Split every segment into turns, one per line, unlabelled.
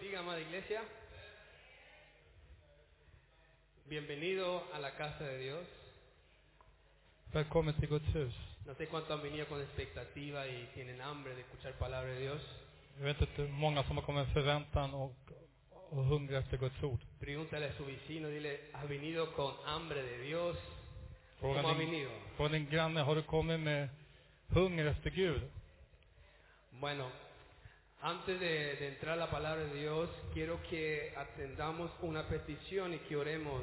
bendiga, amada iglesia. Bienvenido a la casa de Dios.
Välkommen till Guds hus.
No sé cuántos han venido con expectativa y tienen hambre de escuchar palabra de Dios.
Jag vet inte hur många som har kommit med förväntan och, och hunger efter Guds ord.
Pregúntale a su vecino, dile, ¿has venido con hambre de Dios? ¿Cómo
Fråga
ha
din,
venido?
fråga din granne, har du kommit med hunger efter Gud?
Bueno, antes de, de entrar a la palabra de Dios, quiero que atendamos una petición y que oremos.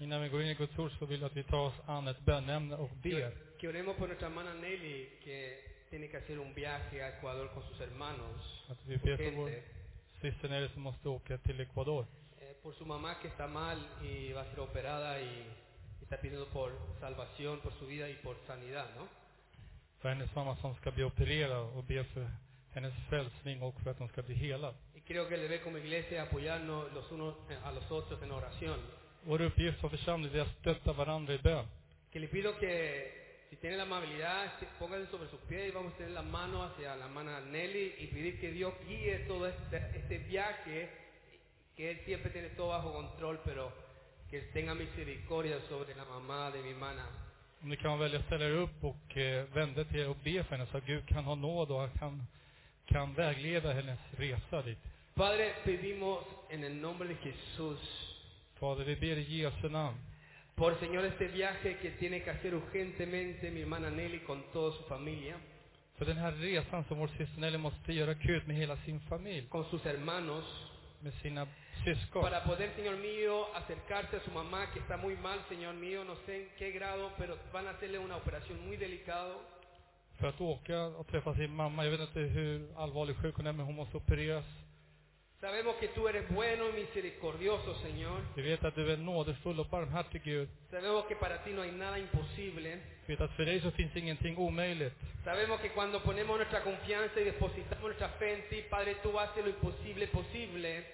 Innan vi går in i Guds ord så vill jag att vi tar oss an ett bönämne och
Que,
ber.
que oremos por nuestra hermana Nelly, que tiene que hacer un viaje a Ecuador con sus hermanos.
Att vi ber för vår
Urgente.
syster Nelly som måste åka till Ecuador.
Eh, por su mamá que está mal y va a ser operada y está pidiendo por salvación, por su vida y por sanidad, ¿no?
För hennes mamma som ska bli opererad och ber för hennes frälsning och för att hon ska bli helad.
Y creo que le ve como iglesia apoyarnos los unos eh, a los otros en oración.
Vår uppgift som församling är att stötta varandra i bön.
Que le pido que si tiene la amabilidad, que pónganse sobre sus pies y vamos a tener la mano hacia la hermana Nelly y pedir que Dios guíe todo este, este viaje, que Él siempre tiene todo bajo control, pero que Él tenga misericordia sobre la mamá de mi hermana.
Om ni kan välja att ställa er upp och eh, vända till er och be för henne så att Gud kan ha nåd och han kan, kan vägleda hennes resa dit.
Padre, pedimos en el nombre de Jesús
Fader, vi ber i Jesu namn.
por Señor este viaje que tiene que hacer urgentemente mi hermana Nelly con toda su familia,
För den här resan som vår syster Nelly måste göra akut med hela sin familj,
con sus hermanos,
med sina syskon.
para poder, Señor mío, acercarse a su mamá que está muy mal, Señor mío, no sé en qué grado, pero van a hacerle una operación muy delicada.
För att åka och träffa sin mamma, jag vet inte hur allvarlig sjuk hon är, men hon måste opereras.
Sabemos que tú eres bueno y misericordioso, Señor.
Vi vet att du är nådefull och barmhärtig Gud.
Sabemos que para ti no hay nada imposible.
Vi vet att för dig så finns ingenting omöjligt.
Sabemos que cuando ponemos nuestra confianza y depositamos nuestra fe en ti, Padre, tú haces lo imposible posible.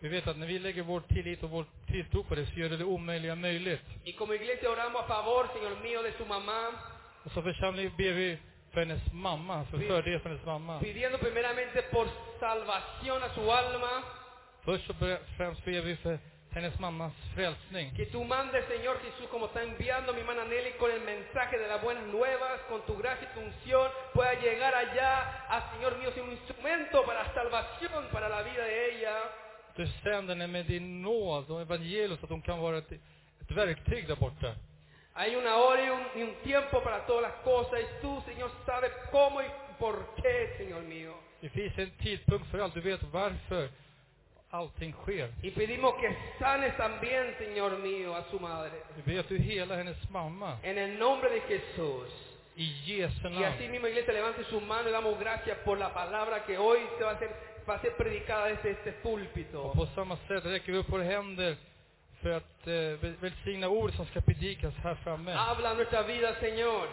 Vi vet att när vi lägger vår tillit och vår tilltro på dig så gör du det omöjliga möjligt.
Y como iglesia oramos a favor, Señor mío, de su mamá,
Och som församling ber vi för hennes mamma, för
Vi-
fördel för hennes mamma.
pidiendo primeramente por salvación a su alma,
Först och bre- främst ber vi för hennes mammas frälsning.
que tú mandes, Señor Jesús, como está enviando mi hermana Nelly con el mensaje de las buenas nuevas, con tu gracia y tu unción, pueda llegar allá a, Señor mío, ser un instrumento para salvación, para la vida de ella.
Du sänder henne med din nåd och evangelium så att hon kan vara ett, ett verktyg där borta.
Hay una hora y un, y un tiempo para todas las cosas, y tú, Señor, sabes cómo y por qué, Señor mío.
Det finns en tidpunkt för allt. Du vet varför allting sker.
Y pedimos que sanes también, Señor mío, a su madre.
Vi ber att du helar hennes mamma.
En el nombre de Jesús.
I Jesu
Y así
namn.
mismo, iglesia, levante su mano y damos gracias por la palabra que hoy se va a ser, va a ser predicada desde este púlpito.
Och på samma sätt räcker vi upp våra händer för att eh, väl- välsigna ord som ska predikas här framme.
Habla nuestra vida, Señor.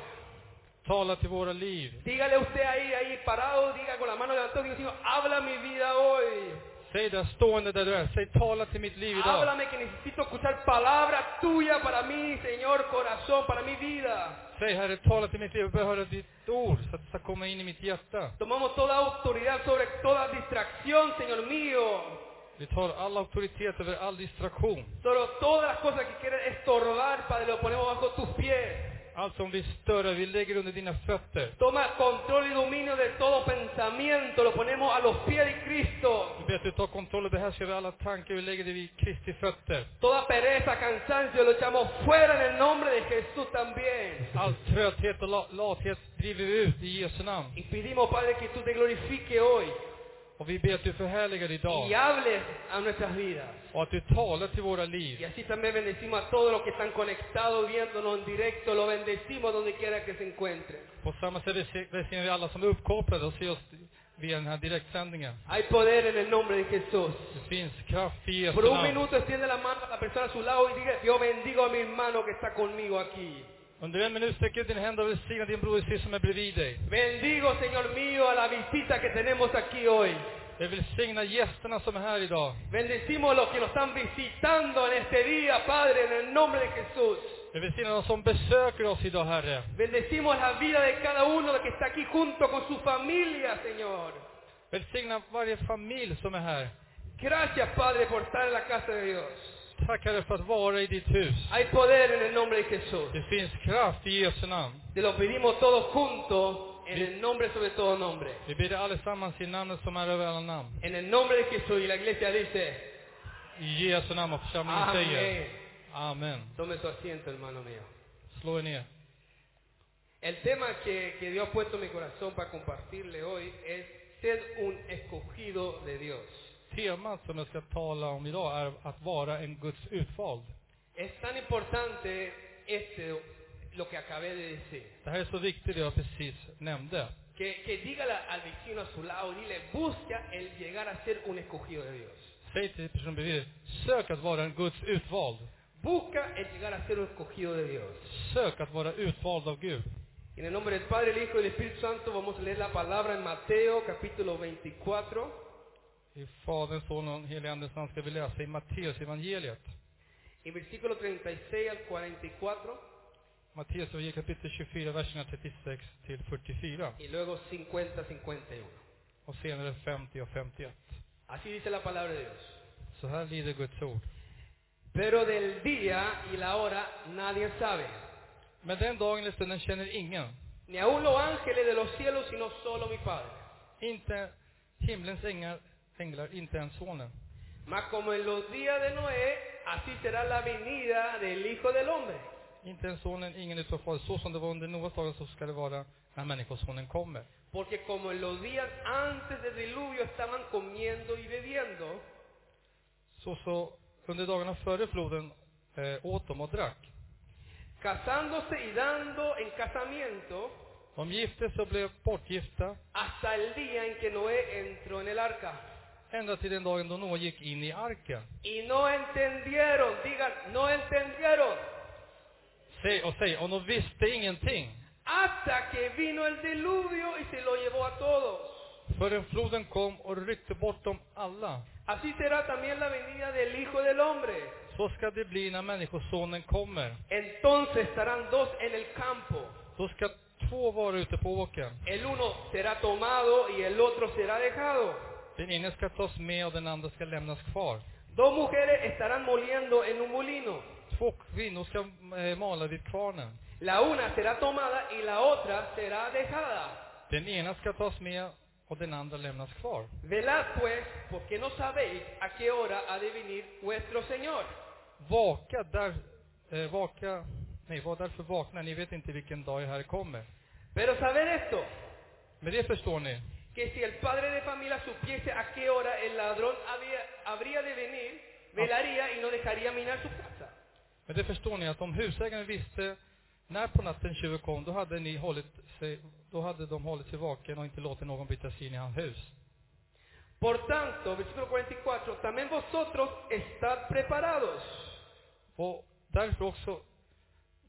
Tala till våra liv.
Dígale usted ahí, ahí parado, diga con la mano levantada, diga, Señor, habla mi vida hoy.
Säg där stående där du är. Säg tala till mitt liv idag.
Háblame que necesito escuchar palabra tuya para mí, Señor, corazón, para mi vida.
Säg Herre, tala till mitt liv. Jag behöver höra ditt ord så att det ska komma in i mitt hjärta.
Tomamos toda autoridad sobre toda distracción, Señor mío.
Vi tar all auktoritet över all distraktion.
Sobre todas las cosas que quieren estorbar, Padre, lo ponemos bajo tus pies.
Allt som vi störa, vi lägger under dina fötter.
Toma control y dominio de todo pensamiento, lo ponemos a los pies de Cristo.
Vi ber att du tar kontroll och behärskar över alla tankar. Vi lägger det vid Kristi fötter.
Toda pereza, cansancio lo echamos fuera en el nombre de Jesús también.
All trötthet och la- lathet driver vi ut i Jesu namn.
Y pedimos, Padre, que tú te glorifique hoy
Och vi ber att du förhärligar dig
y
idag.
hables a nuestras vidas.
Och att du talar till våra
Y
liv.
así también bendecimos a todos los que están conectados, viéndonos en directo, lo bendecimos donde quiera que se encuentren.
På samma sätt välsign- välsignar vi alla som är uppkopplade och ser oss via den här direktsändningen.
Hay poder en el nombre de Jesús.
Det finns kraft i Jesu
Por un
namn.
minuto extiende la mano a la persona a su lado y diga, yo bendigo a mi hermano que está conmigo aquí.
Under en minut sträcker ut din hand och välsigna din bror och syster som är bredvid dig.
Bendigo, Señor mío, a la visita que tenemos aquí hoy.
Jag välsignar gästerna som är här idag.
Bendecimos a los que nos están visitando en este día, Padre, en el nombre de Jesús.
Jag välsignar de som besöker oss idag, Herre.
Bendecimos la vida de cada uno de que está aquí junto con su familia, Señor.
Välsigna varje familj som är här.
Gracias, Padre, por estar en la casa de Dios.
Tackar dig för att vara i ditt hus.
Hay poder en el nombre de Jesús.
Det finns kraft i Jesu namn.
Te lo pedimos todos juntos, en el nombre sobre todo nombre.
Vi ber det allesammans i namnet som är över alla namn.
En el nombre de Jesús. Y la iglesia dice,
I Jesu namn och församlingen säger.
amén.
Amen.
Tome su asiento, hermano mío.
Slå er ner.
El tema que, que Dios ha puesto en mi corazón para compartirle hoy es ser un escogido de Dios.
Temat som jag ska tala om idag är att vara en Guds utvald.
Es tan importante este, lo que acabé de decir.
Det här är så viktigt det jag precis nämnde.
Que, que dígale al vecino a su lado, dile, busca el llegar a ser un escogido de Dios.
Säg till personen bredvid, sök att vara en Guds utvald.
Busca el llegar a ser un escogido de Dios.
Sök att vara utvald av Gud.
En el nombre del Padre, el Hijo y el Espíritu Santo vamos a leer la palabra en Mateo capítulo 24
I Faderns, Sonens och den helige Andens namn ska vi läsa i Matteus evangeliet.
y versículo 36 al 44
Matteus evangeliet kapitel 24, verserna 36 till 44
y luego 50-51.
och senare 50 och 51.
Así dice la palabra de Dios.
Så här lyder Guds ord.
Pero del día y la hora nadie sabe,
Men den dagen eller stunden känner ingen,
ni aun los ángeles de los cielos, sino solo mi Padre.
inte himlens ängar, änglar, inte ens sonen.
Mas como en los días de Noé, así será la venida del Hijo del Hombre.
Inte ens sonen, ingen utav fader. Så som det var under Noas dagar så ska det vara när Människosonen kommer.
Porque como en los días antes del diluvio estaban comiendo y bebiendo,
Så, så under dagarna före floden eh, åt de och drack.
casándose y dando en casamiento,
De gifte sig och blev bortgifta
hasta el día en que Noé entró en el arca.
ända till den dagen då Noa gick in i arken.
Y no entendieron, digan, no entendieron,
Säg och säg, och de visste ingenting
hasta que vino el diluvio y se lo llevó a todos.
förrän floden kom och ryckte bort dem alla.
Así será también la venida del Hijo del Hombre.
Så ska det bli när Människosonen kommer.
Entonces estarán dos en el campo.
Då ska två vara ute på åkern.
El uno será tomado y el otro será dejado.
Den ene ska tas med och den andra ska lämnas kvar.
Dos mujeres estarán moliendo en un molino.
Två kvinnor ska eh, mala vid kvarnen.
La una será tomada y la otra será dejada.
Den ena ska tas med och den andra lämnas kvar.
Velad pues, porque no sabéis a qué hora ha de venir vuestro Señor.
Vaka där, eh, vaka, nej, var därför vakna, ni vet inte vilken dag jag här kommer.
Pero sabed esto,
Men det förstår ni.
que si el padre de familia supiese a qué hora el ladrón había- habría de venir, velaría y no dejaría minar su casa.
Men det förstår ni att om husägaren visste när på natten tjuven kom, då hade ni hållit sig, då hade de hållit sig vaken och inte låtit någon byta sig in i hans hus.
Por tanto, versículo 44, también vosotros estad preparados.
Och därför också,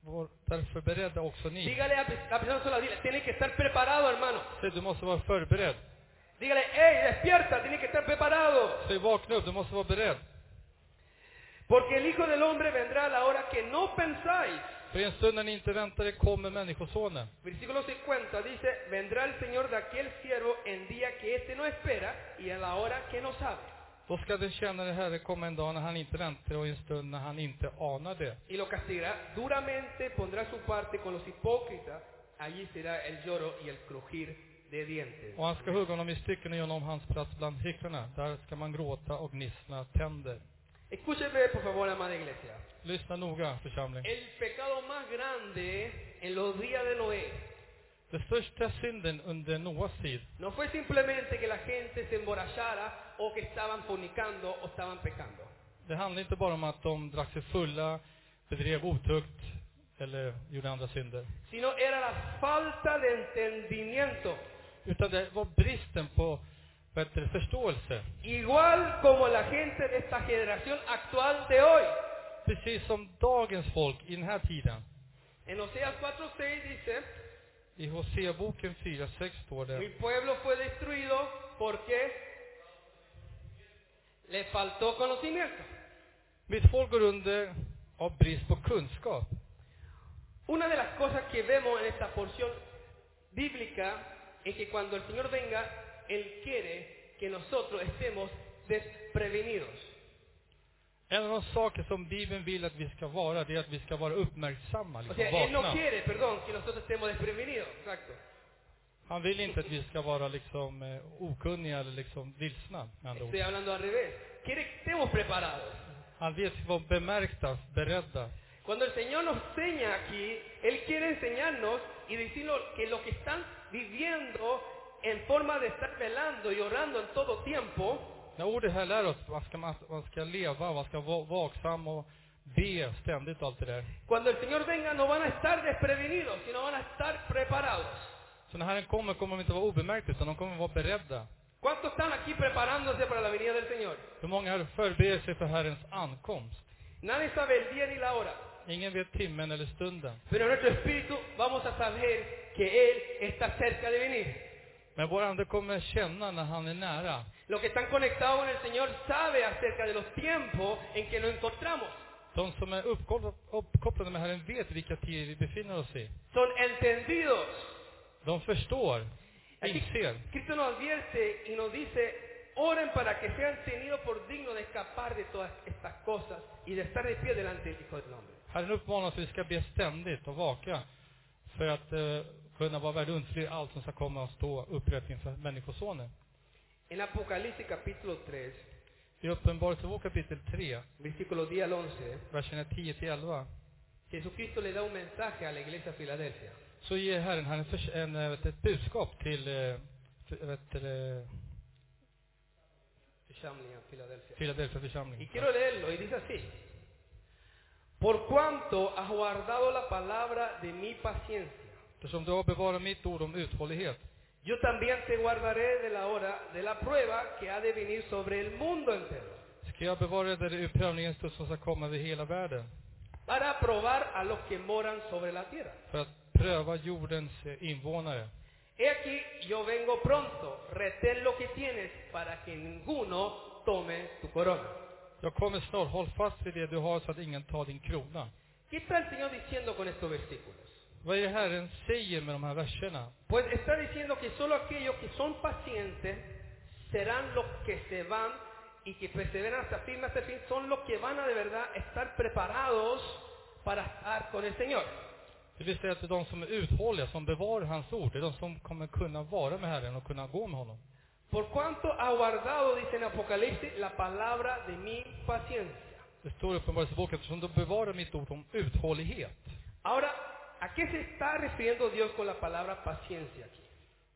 var därför beredda också ni.
Dígale a la persona sola, dile, tiene que estar preparado, hermano.
Säg, du måste vara förberedd.
Dígale, hey, despierta, tiene que estar preparado.
Säg, vakna upp, du måste vara beredd.
Porque el Hijo del Hombre vendrá a la hora que no pensáis.
För i en stund när ni inte väntade kommer Människosonen.
Versículo 50 dice, vendrá el Señor de aquel siervo en día que éste no espera y a la hora que no sabe.
Då ska den tjänare Herre komma en dag när han inte väntar och i en stund när han inte anar det.
Y lo castigará duramente, pondrá su parte con los hipócritas. Allí será el lloro y el crujir de dientes.
Och han ska hugga honom i stycken och göra honom hans plats bland hycklarna. Där ska man gråta och gnissla tänder.
Escúcheme, por favor, amada iglesia.
Lyssna noga, församling.
El pecado más grande en los días de Noé
Den största synden under Noas tid
no fue simplemente que la gente se emborrachara o que estaban fornicando o estaban pecando.
Det handlar inte bara om att de drack sig fulla, bedrev otukt eller gjorde andra synder.
Sino era la falta de entendimiento.
Utan det var bristen på bättre förståelse.
Igual como la gente de esta generación actual de hoy.
Precis som dagens folk i den här tiden.
En Oseas 4.6 dice,
I Hoseboken 4.6 står
Mi
det.
pueblo fue destruido porque le faltó conocimiento.
Mitt folk går under av brist på kunskap.
Una de las cosas que vemos en esta porción bíblica es que cuando el Señor venga, Él quiere que nosotros estemos desprevenidos.
En av de saker som Bibeln vill att vi ska vara, det är att vi ska vara uppmärksamma,
O
liksom
sea, Él no
vakna.
quiere, perdón, que nosotros estemos desprevenidos. Exacto.
Han vill inte att vi ska vara liksom eh, okunniga eller liksom vilsna, med andra ord.
Estoy hablando al revés. Quiere que estemos preparados.
Han vill att vi ska vara bemärkta, beredda.
Cuando el Señor nos enseña aquí, Él quiere enseñarnos y decirnos que lo que están viviendo en forma de estar velando y orando en todo tiempo,
När ordet här lär oss, man ska, man, man ska leva, man ska vara vaksam och be ständigt och allt det där.
cuando el Señor venga no van a estar desprevenidos, sino van a estar preparados.
Så när Herren kommer, kommer de inte vara obemärkta, utan de kommer vara beredda.
¿Cuántos están aquí preparándose para la venida del Señor?
Hur många här förbereder sig för Herrens ankomst?
Nadie sabe el día ni la hora,
Ingen vet timmen eller stunden.
pero en nuestro espíritu vamos a saber que Él está cerca de venir.
Men vår ande kommer känna när han är nära.
Los que están conectados con el Señor sabe acerca de los tiempos en que nos encontramos.
De som är uppkopplade, uppkopplade med Herren vet vilka tider vi befinner oss i.
Son entendidos.
De förstår,
Así
inser.
Cristo nos advierte y nos dice, oren para que sean tenidos por dignos de escapar de todas estas cosas y de estar de pie delante del Hijo del Hombre.
Herren uppmanar oss att vi ska be ständigt och vaka för att eh, kunna vara värdundfri allt som ska komma att stå upprätt inför Människosonen.
En Apocalipsis capítulo 3,
I Uppenbarelsebok kapitel 3,
versículo 10 al 11,
verserna 10-11,
Jesucristo le da un mensaje a la iglesia de Filadelfia.
så ger Herren här en, förs- en, eh, vet, du, ett budskap till, eh, f- vet, du, eh,
Shamlian, Filadelfia.
Philadelphia
Y
församling.
quiero leerlo y dice así. Por cuanto has guardado la palabra de mi paciencia,
Eftersom du har bevarat mitt ord om uthållighet,
yo también te guardaré de la hora de la prueba que ha de venir sobre el mundo entero.
ska jag bevara dig ur prövningens stund som ska komma över hela världen,
para probar a los que moran sobre la tierra.
för att pröva jordens eh, invånare.
He aquí, yo vengo pronto, retén lo que tienes para que ninguno tome tu corona.
Jag kommer snart, håll fast vid det du har så att ingen tar din krona.
¿Qué está el Señor diciendo con estos versículos?
Vad är det Herren säger med de här verserna?
Pues está diciendo que solo aquellos que son pacientes serán los que se van y que perseveran hasta fin, hasta el fin, son los que van a de verdad estar preparados para estar con el Señor.
Det vill säga att de som är uthålliga, som bevarar hans ord, det är de som kommer kunna vara med Herren och kunna gå med honom.
Por cuanto ha guardado, dice en Apocalipsis, la palabra de mi paciencia.
Det står i Uppenbarelseboken, eftersom du bevarar mitt ord om uthållighet.
Ahora, ¿a qué se está refiriendo Dios con la palabra paciencia aquí?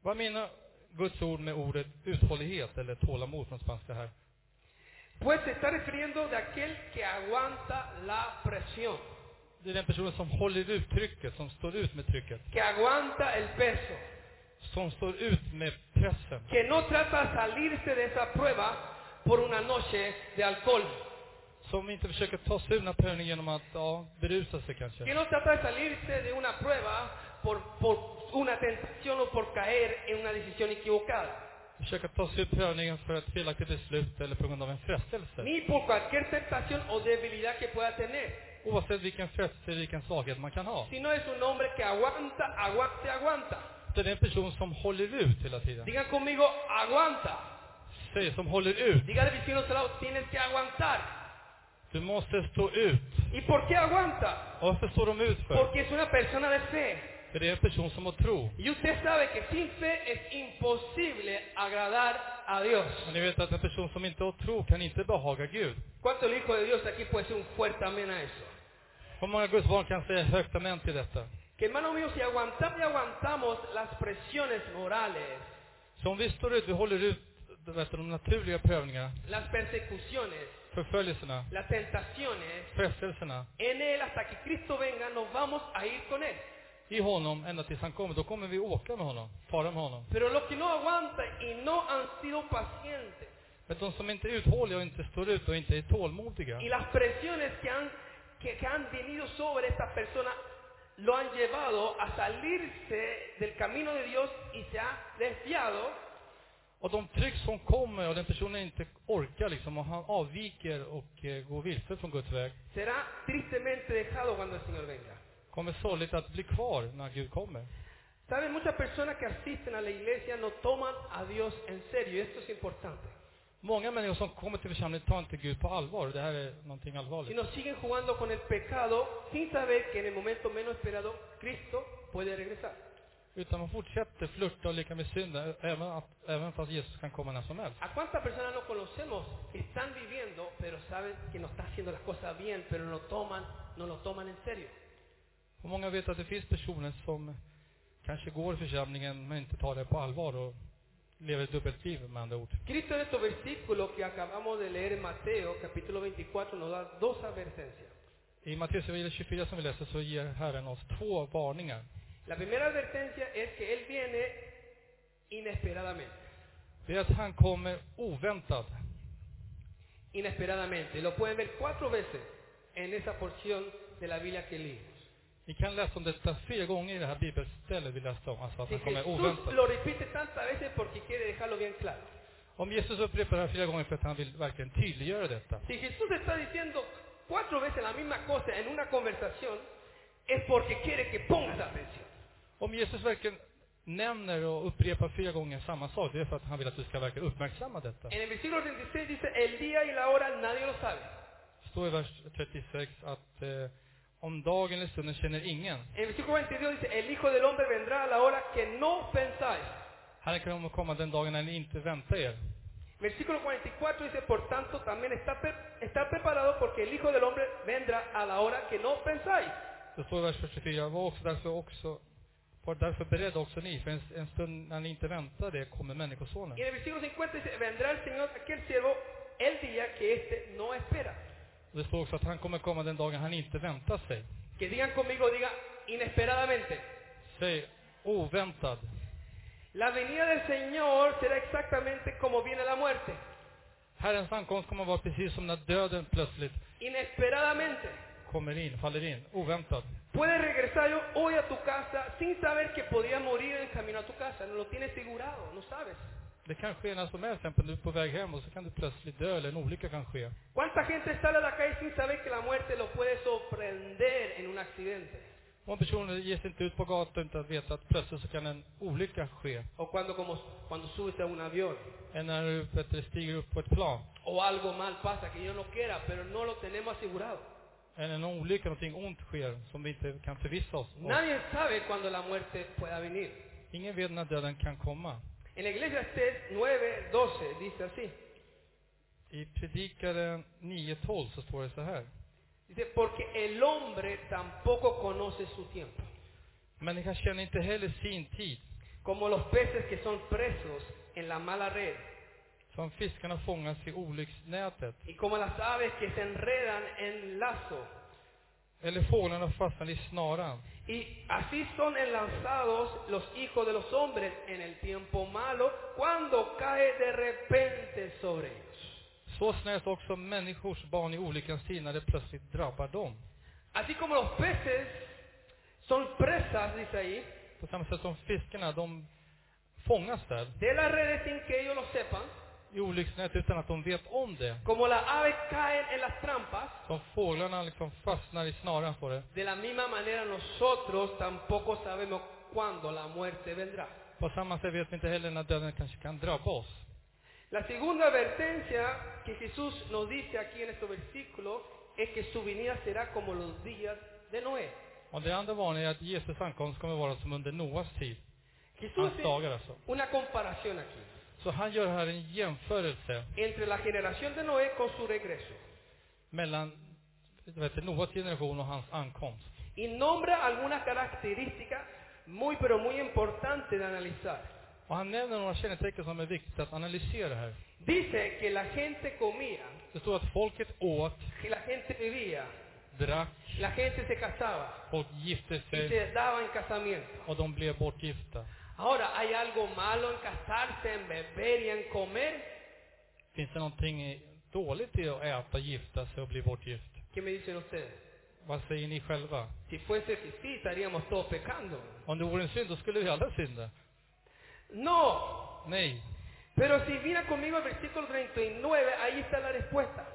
Vad menar Guds ord med ordet uthållighet, eller tålamod från spanska här?
Pues se está refiriendo de aquel que aguanta la presión,
Det är den personen som håller ut trycket, som står ut med trycket,
que aguanta el peso,
som står ut med pressen,
que no trata de salirse de esa prueba por una noche de alcohol,
som inte försöker ta sig ur den här prövningen genom att, ja, berusa
que
sig kanske.
no trata de salirse de una prueba por, por una tentación o por caer en una decisión equivocada,
Försöker ta sig ur prövningen för ett felaktigt beslut eller på grund av en frestelse.
ni por cualquier tentación o debilidad que pueda tener,
Oavsett vilken frestelse, vilken svaghet man kan ha.
sino es un hombre que aguanta, aguante, aguanta.
Det är en person som håller ut hela tiden.
Digan conmigo, aguanta.
Säg, som håller ut.
Dígale al vecino de su lado, tienes que aguantar.
Du måste stå ut.
¿Y por qué aguanta?
Och Varför står de ut för?
Porque es una persona de fe.
För det är en person som har tro.
Y usted sabe que sin fe es imposible agradar a Dios.
Men ni vet att en person som inte har tro kan inte behaga Gud.
¿Cuánto el Hijo de Dios aquí puede ser un fuerte amén a eso?
Hur många Guds barn kan säga högt amen till detta?
Que hermano mío, si aguantamos y aguantamos las presiones morales,
Så om vi står ut, vi håller ut du vet, de naturliga prövningarna,
las persecuciones,
förföljelserna,
las tentaciones,
frestelserna
en Él hasta que Cristo venga nos vamos a ir con Él.
i honom ända tills han kommer, då kommer vi åka med honom, fara med honom.
Pero los que no aguantan y no han sido pacientes,
Men de som inte är uthålliga och inte står ut och inte är tålmodiga,
Y las presiones que han, que, que han venido sobre esta persona lo han llevado a salirse del camino de Dios y se ha desviado.
och de tryck som kommer och den personen inte orkar liksom och han avviker och eh, går vilse från Guds väg,
Será tristemente dejado cuando el Señor venga.
kommer sorgligt att bli kvar när Gud kommer.
Saben, muchas personas que asisten a la iglesia no toman a Dios en serio y esto es importante.
Många människor som kommer till församlingen tar inte Gud på allvar. Det här är någonting allvarligt.
sino siguen jugando con el pecado sin saber que en el momento menos esperado Cristo puede regresar.
Utan man fortsätter flirta och leka med synden, även, att, även fast Jesus kan komma när som helst.
¿A cuántas personas no conocemos que están viviendo, pero saben que no están haciendo las cosas bien, pero no toman, no lo toman en serio?
Och många vet att det finns personer som kanske går i församlingen men inte tar det på allvar och lever ett dubbelt liv med andra ord.
Cristo en estos versículos que acabamos de leer en Mateo capítulo 24 nos da dos advertencias.
I Matteus 24 som vi läser så ger Herren oss två varningar.
La primera advertencia es que Él viene inesperadamente.
Det är att han kommer oväntat.
Inesperadamente. Lo pueden ver cuatro veces en esa porción de la Biblia que leímos.
Vi kan läsa om detta fyra gånger i det här bibelstället vi läste om, alltså att
Si
han kommer
Jesús
oväntat.
lo repite tantas veces porque quiere dejarlo bien claro.
Om Jesus upprepar det här fyra gånger för att han vill verkligen tydliggöra detta.
Si Jesús está diciendo cuatro veces la misma cosa en una conversación, es porque quiere que pongas atención.
Om Jesus verkligen nämner och upprepar fyra gånger samma sak, det är för att han vill att vi ska verkligen uppmärksamma detta.
En el versículo 36 dice, el día y la hora nadie lo sabe.
Det står i vers 36 att eh, om dagen eller stunden känner ingen.
En el versículo 22 dice, el Hijo del Hombre vendrá a la hora que no pensáis.
Herren kommer att komma den dagen när ni inte väntar er.
Versículo 44 dice, por tanto también está, pre- está preparado porque el Hijo del Hombre vendrá a la hora que no pensáis.
Det står i vers 44, var också därför också var därför beredda också ni, för en, en stund när ni inte väntar det kommer Människosonen.
Y en el versículo 50 dice, vendrá el Señor aquel siervo el día que éste no espera.
Och det står också att han kommer komma den dagen han inte väntar sig.
Que digan conmigo, diga inesperadamente.
Säg oväntad.
La venida del Señor será exactamente como viene la muerte.
Herrens ankomst kommer att vara precis som när döden plötsligt
Inesperadamente.
kommer in, faller in, oväntad.
Puedes regresar yo- hoy a tu casa sin saber que podías morir en el camino a tu casa. No lo tienes asegurado, no sabes.
Det kan ske när som helst, till exempel du är på väg hem och så kan du plötsligt dö eller en olycka kan ske.
¿Cuánta gente sale a la calle sin saber que la muerte lo puede sorprender en un accidente?
Om personer ger sig inte ut på gatan utan att veta att plötsligt så kan en olycka ske.
O cuando, como, cuando subes a un avión.
Eller när du vet du, stiger upp på ett plan.
O algo mal pasa que yo no quiera, pero no lo tenemos asegurado.
Eller en olycka, någonting ont sker som vi inte kan förvissa oss om.
Nadie sabe cuándo la muerte pueda venir.
Ingen vet när döden kan komma.
En Eclesiastes 9, 12 dice así.
I Predikaren 9.12 så står det så här.
Dice, porque el hombre tampoco conoce su tiempo.
Människan känner inte heller sin tid.
Como los peces que son presos en la mala red.
Som fiskarna fångas i olycksnätet.
Y como las aves que se enredan en lazo.
Eller fåglarna fastnar i snaran.
Y así son enlazados los hijos de los hombres en el tiempo malo cuando cae de repente sobre ellos.
Så snävs också människors barn i olyckans tid när det plötsligt drabbar dem.
Así como los peces son presas, dice ahí,
På samma sätt som fiskarna, de fångas där
de las redes sin que ellos lo sepan.
i olycksnät utan att de vet om det.
Como las aves caen en las trampas.
Som fåglarna liksom fastnar i snaran på det.
De la misma manera nosotros tampoco sabemos cuándo la muerte vendrá.
På samma sätt vet vi inte heller när döden kanske kan drabba oss.
La segunda advertencia que Jesús nos dice aquí en este versículo es que su venida será como los días de Noé.
Och det andra vanliga är att Jesus ankomst kommer vara som under Noas tid.
Jesús
Hans dagar
hace
alltså.
una comparación aquí
Så han gör här en jämförelse
entre la generación de Noé con su regreso
mellan vet, du, Noas generation och hans ankomst.
y nombra algunas características muy pero muy importantes de analizar.
Och han nämner några kännetecken som är viktigt att analysera här.
Dice que la gente comía,
Det står att folket åt,
que la gente vivía,
drack,
la gente se casaba
folk gifte
y
sig
se daba en casamiento.
och de blev bortgifta.
Ahora, ¿hay algo malo en casarse, en beber y en comer?
Finns det någonting eh, dåligt i att äta, gifta sig och bli bortgift?
¿Qué me dicen ustedes?
Vad säger ni själva?
Si fuese que sí, estaríamos todos pecando.
Om det vore en synd, då skulle vi alla synda.
No,
Nej.
pero si mira conmigo el versículo 39, ahí está la respuesta.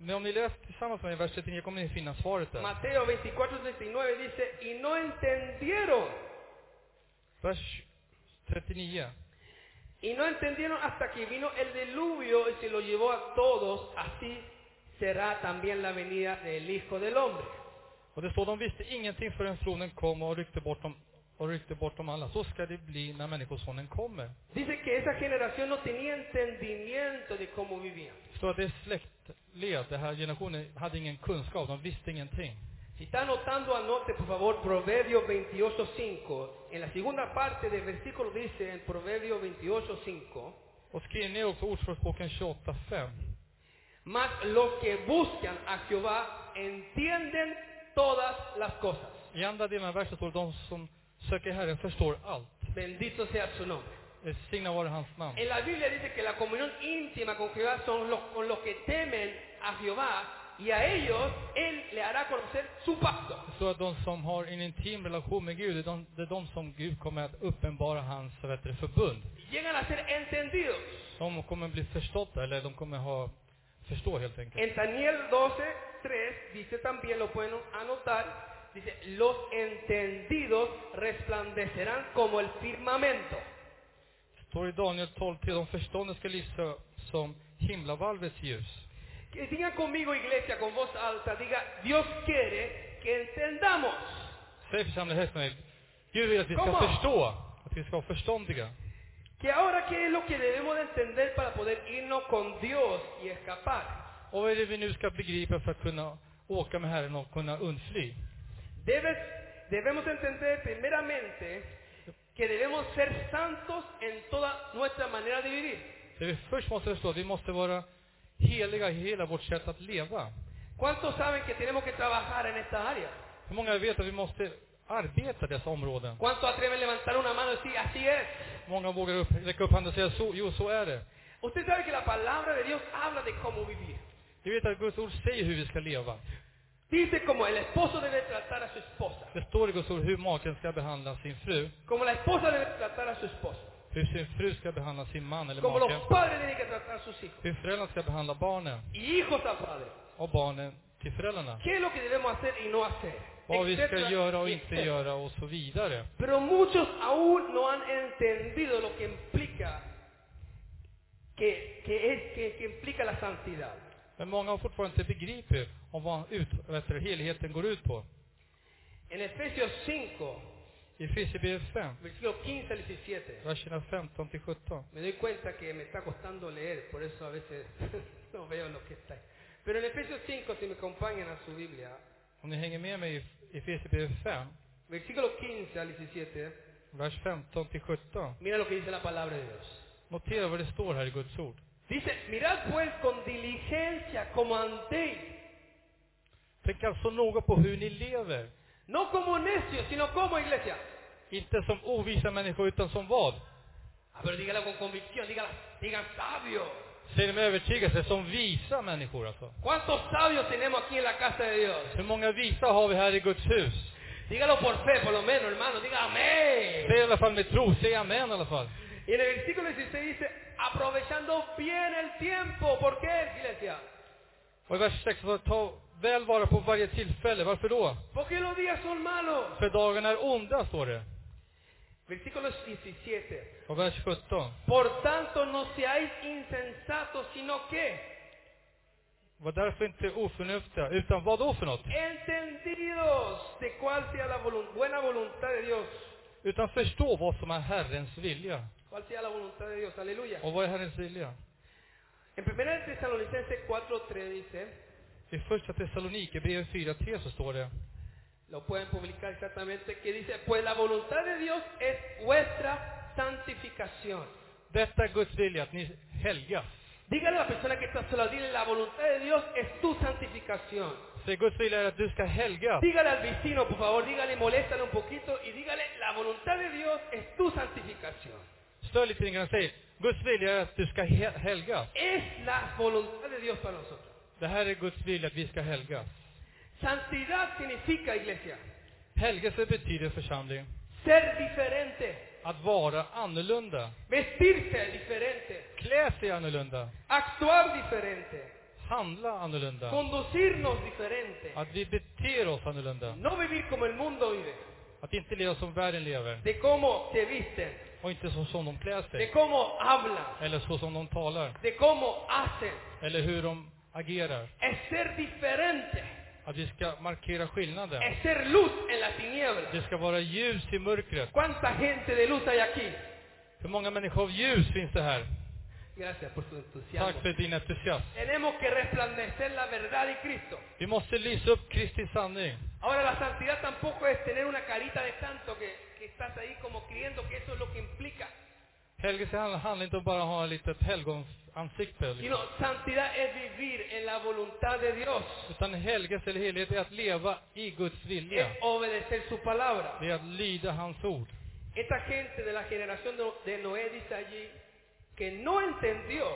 Men om ni läser tillsammans med mig vers 39 kommer ni finna svaret där.
Mateo 24, 39 dice, y no entendieron
Vers 39.
Y no entendieron hasta que vino el diluvio y se lo llevó a todos. Así será también la venida del Hijo del Hombre.
Och det står, de visste ingenting förrän floden kom och ryckte bort dem, och ryckte bort dem alla. Så ska det bli när Människosonen kommer.
Dice que esa generación no tenía entendimiento de cómo vivían.
Så det är släktled, den här generationen hade ingen kunskap, de visste ingenting.
Si está anotando, anote por favor Proverbios 28.5. En la segunda parte del versículo dice en Proverbios 28.5,
Och skriv ner också Ordspråksboken 28.5.
mas los que buscan a Jehová entienden todas las cosas.
I andra delen av versen står de som söker Herren förstår allt.
Bendito sea su nombre.
Signa vare hans namn.
En la Biblia dice que la comunión íntima con Jehová son los, con los que temen a Jehová y a ellos Él le hará conocer su pacto.
Så att de som har en intim relation med Gud, det är de, det är de som Gud kommer att uppenbara hans vad heter det, förbund.
Llegan a ser entendidos.
De kommer bli förstådda, eller de kommer ha förstå helt enkelt.
En Daniel 12, 3 dice también, lo pueden anotar, dice, los entendidos resplandecerán como el firmamento.
Står i Daniel 12 till de förstående ska lysa som himlavalvets ljus.
Que digan conmigo iglesia con voz alta, diga, Dios quiere que entendamos.
Säg församlingen högt med mig. Gud vill att vi ska
Come on.
förstå, att vi ska vara förståndiga.
Que ahora qué es lo que debemos de entender para poder irnos con Dios y escapar.
Och vad är det vi nu ska begripa för att kunna åka med Herren och kunna undfly?
Debes- debemos entender primeramente que debemos ser santos en toda nuestra manera de vivir.
Det vi först måste förstå, vi måste vara heliga i hela vårt sätt att leva.
¿Cuántos saben que tenemos que trabajar en esta área?
Hur många vet att vi måste arbeta i dessa områden?
¿Cuántos atreven a levantar una mano y decir, así es?
Många vågar upp, räcka upp handen och säga så, jo så är det.
Usted sabe que la palabra de Dios habla de cómo vivir.
Vi vet att Guds ord säger hur vi ska leva.
Dice como el esposo debe tratar a su esposa,
Det står i Guds ord hur maken ska behandla sin fru,
como la esposa debe tratar a su esposo,
hur sin fru ska behandla sin man eller
como
make,
los padres deben que tratar a sus hijos
hur föräldrarna ska behandla barnen
y hijos a padres.
och barnen till föräldrarna.
¿Qué es lo que debemos hacer y no hacer?
Vad vi ska
Etcétera,
göra och
y
inte
etcétera.
göra och så vidare.
Pero muchos aún no han entendido lo que implica que, que es que, que implica la santidad.
Men många har fortfarande inte begripit om vad ut, vad heter det, helheten går ut på.
En Efesios 5,
I Efesierbrevet 5,
versículo 15 al 17,
verserna 15 till 17.
me doy cuenta que me está costando leer, por eso a veces no veo lo que está. ahí. Pero en Efesios 5, si me acompañan a su Biblia,
Om ni hänger med mig i Efesierbrevet 5,
versículo 15 al 17,
vers 15 till 17.
mira lo que dice la palabra de Dios.
Notera vad det står här i Guds ord.
Dice, mirad pues con diligencia como andéis,
Tänk alltså noga på hur ni lever.
no como necios, sino como iglesia.
Inte som ovisa människor, utan som vad?
Ah, pero dígalo con convicción, dígalo, digan sabio.
Säger ni med övertygelse, som visa människor alltså.
¿Cuántos sabios tenemos aquí en la casa de Dios?
Hur många visa har vi här i Guds hus?
Dígalo por fe, por lo menos, hermano, diga amén.
Säg i alla fall med tro, säg amen i alla fall.
Y en el versículo 16 dice, aprovechando bien el tiempo. ¿Por qué, iglesia?
Och i vers 6, så ta väl vara på varje tillfälle. Varför då?
Porque los días son malos.
För dagen är onda, står det.
Versículo 17.
Och vers 17.
Por tanto, no seáis insensatos, sino que
Var därför inte oförnuftiga, utan vad då för något?
entendidos de cuál sea la volun- buena voluntad de Dios.
Utan förstå vad som är Herrens vilja.
¿Cuál sea la voluntad de Dios? Aleluya.
Och vad är Herrens vilja?
En 1 Tesalonicenses 4.3 dice,
I första Thessalonikerbrevet 4.3 så står det.
lo pueden publicar exactamente, que dice, pues la voluntad de Dios es vuestra santificación.
Detta är Guds vilja, att ni helgas.
Dígale a la persona que está sola, dile, la voluntad de Dios es tu santificación.
Säg Guds vilja är att du ska helgas.
Dígale al vecino, por favor, dígale, moléstale un poquito y dígale, la voluntad de Dios es tu santificación.
Stör lite grann och säg, Guds vilja är att du ska he- helgas.
Es la voluntad de Dios para nosotros.
Det här är Guds vilja, att vi ska helgas.
Santidad significa, iglesia,
Helgelse betyder församling,
ser diferente,
att vara annorlunda.
vestirse diferente,
Klä sig annorlunda.
actuar diferente,
Handla annorlunda.
conducirnos diferente.
Att vi beter oss annorlunda.
No vivir como el mundo vive,
Att inte leva som världen lever.
de cómo se visten,
och inte så som de klär
de
sig,
cómo hablan,
eller så som de talar,
de cómo hacen.
eller hur de agerar.
Es ser diferente,
Att vi ska markera skillnaden.
es ser luz en la tiniebla.
Det ska vara ljus i mörkret.
¿Cuánta gente de luz hay aquí?
Hur många människor av ljus finns det här?
Gracias por su entusiasmo.
Tack för din entusiasm.
Tenemos que resplandecer la verdad de Cristo.
Vi måste lysa upp Kristi sanning.
Ahora la santidad tampoco es tener una carita de santo que, que estás ahí como creyendo que eso es lo que implica.
Helgelse handlar handlar inte om bara att ha ett litet helgonansikte.
Sino
Liksom.
santidad es vivir en la voluntad de Dios.
Utan helgelse eller helighet är att leva i Guds vilja.
Es obedecer su palabra.
Det är att lyda hans ord.
Esta gente de la generación de- de Noé dice allí que no entendió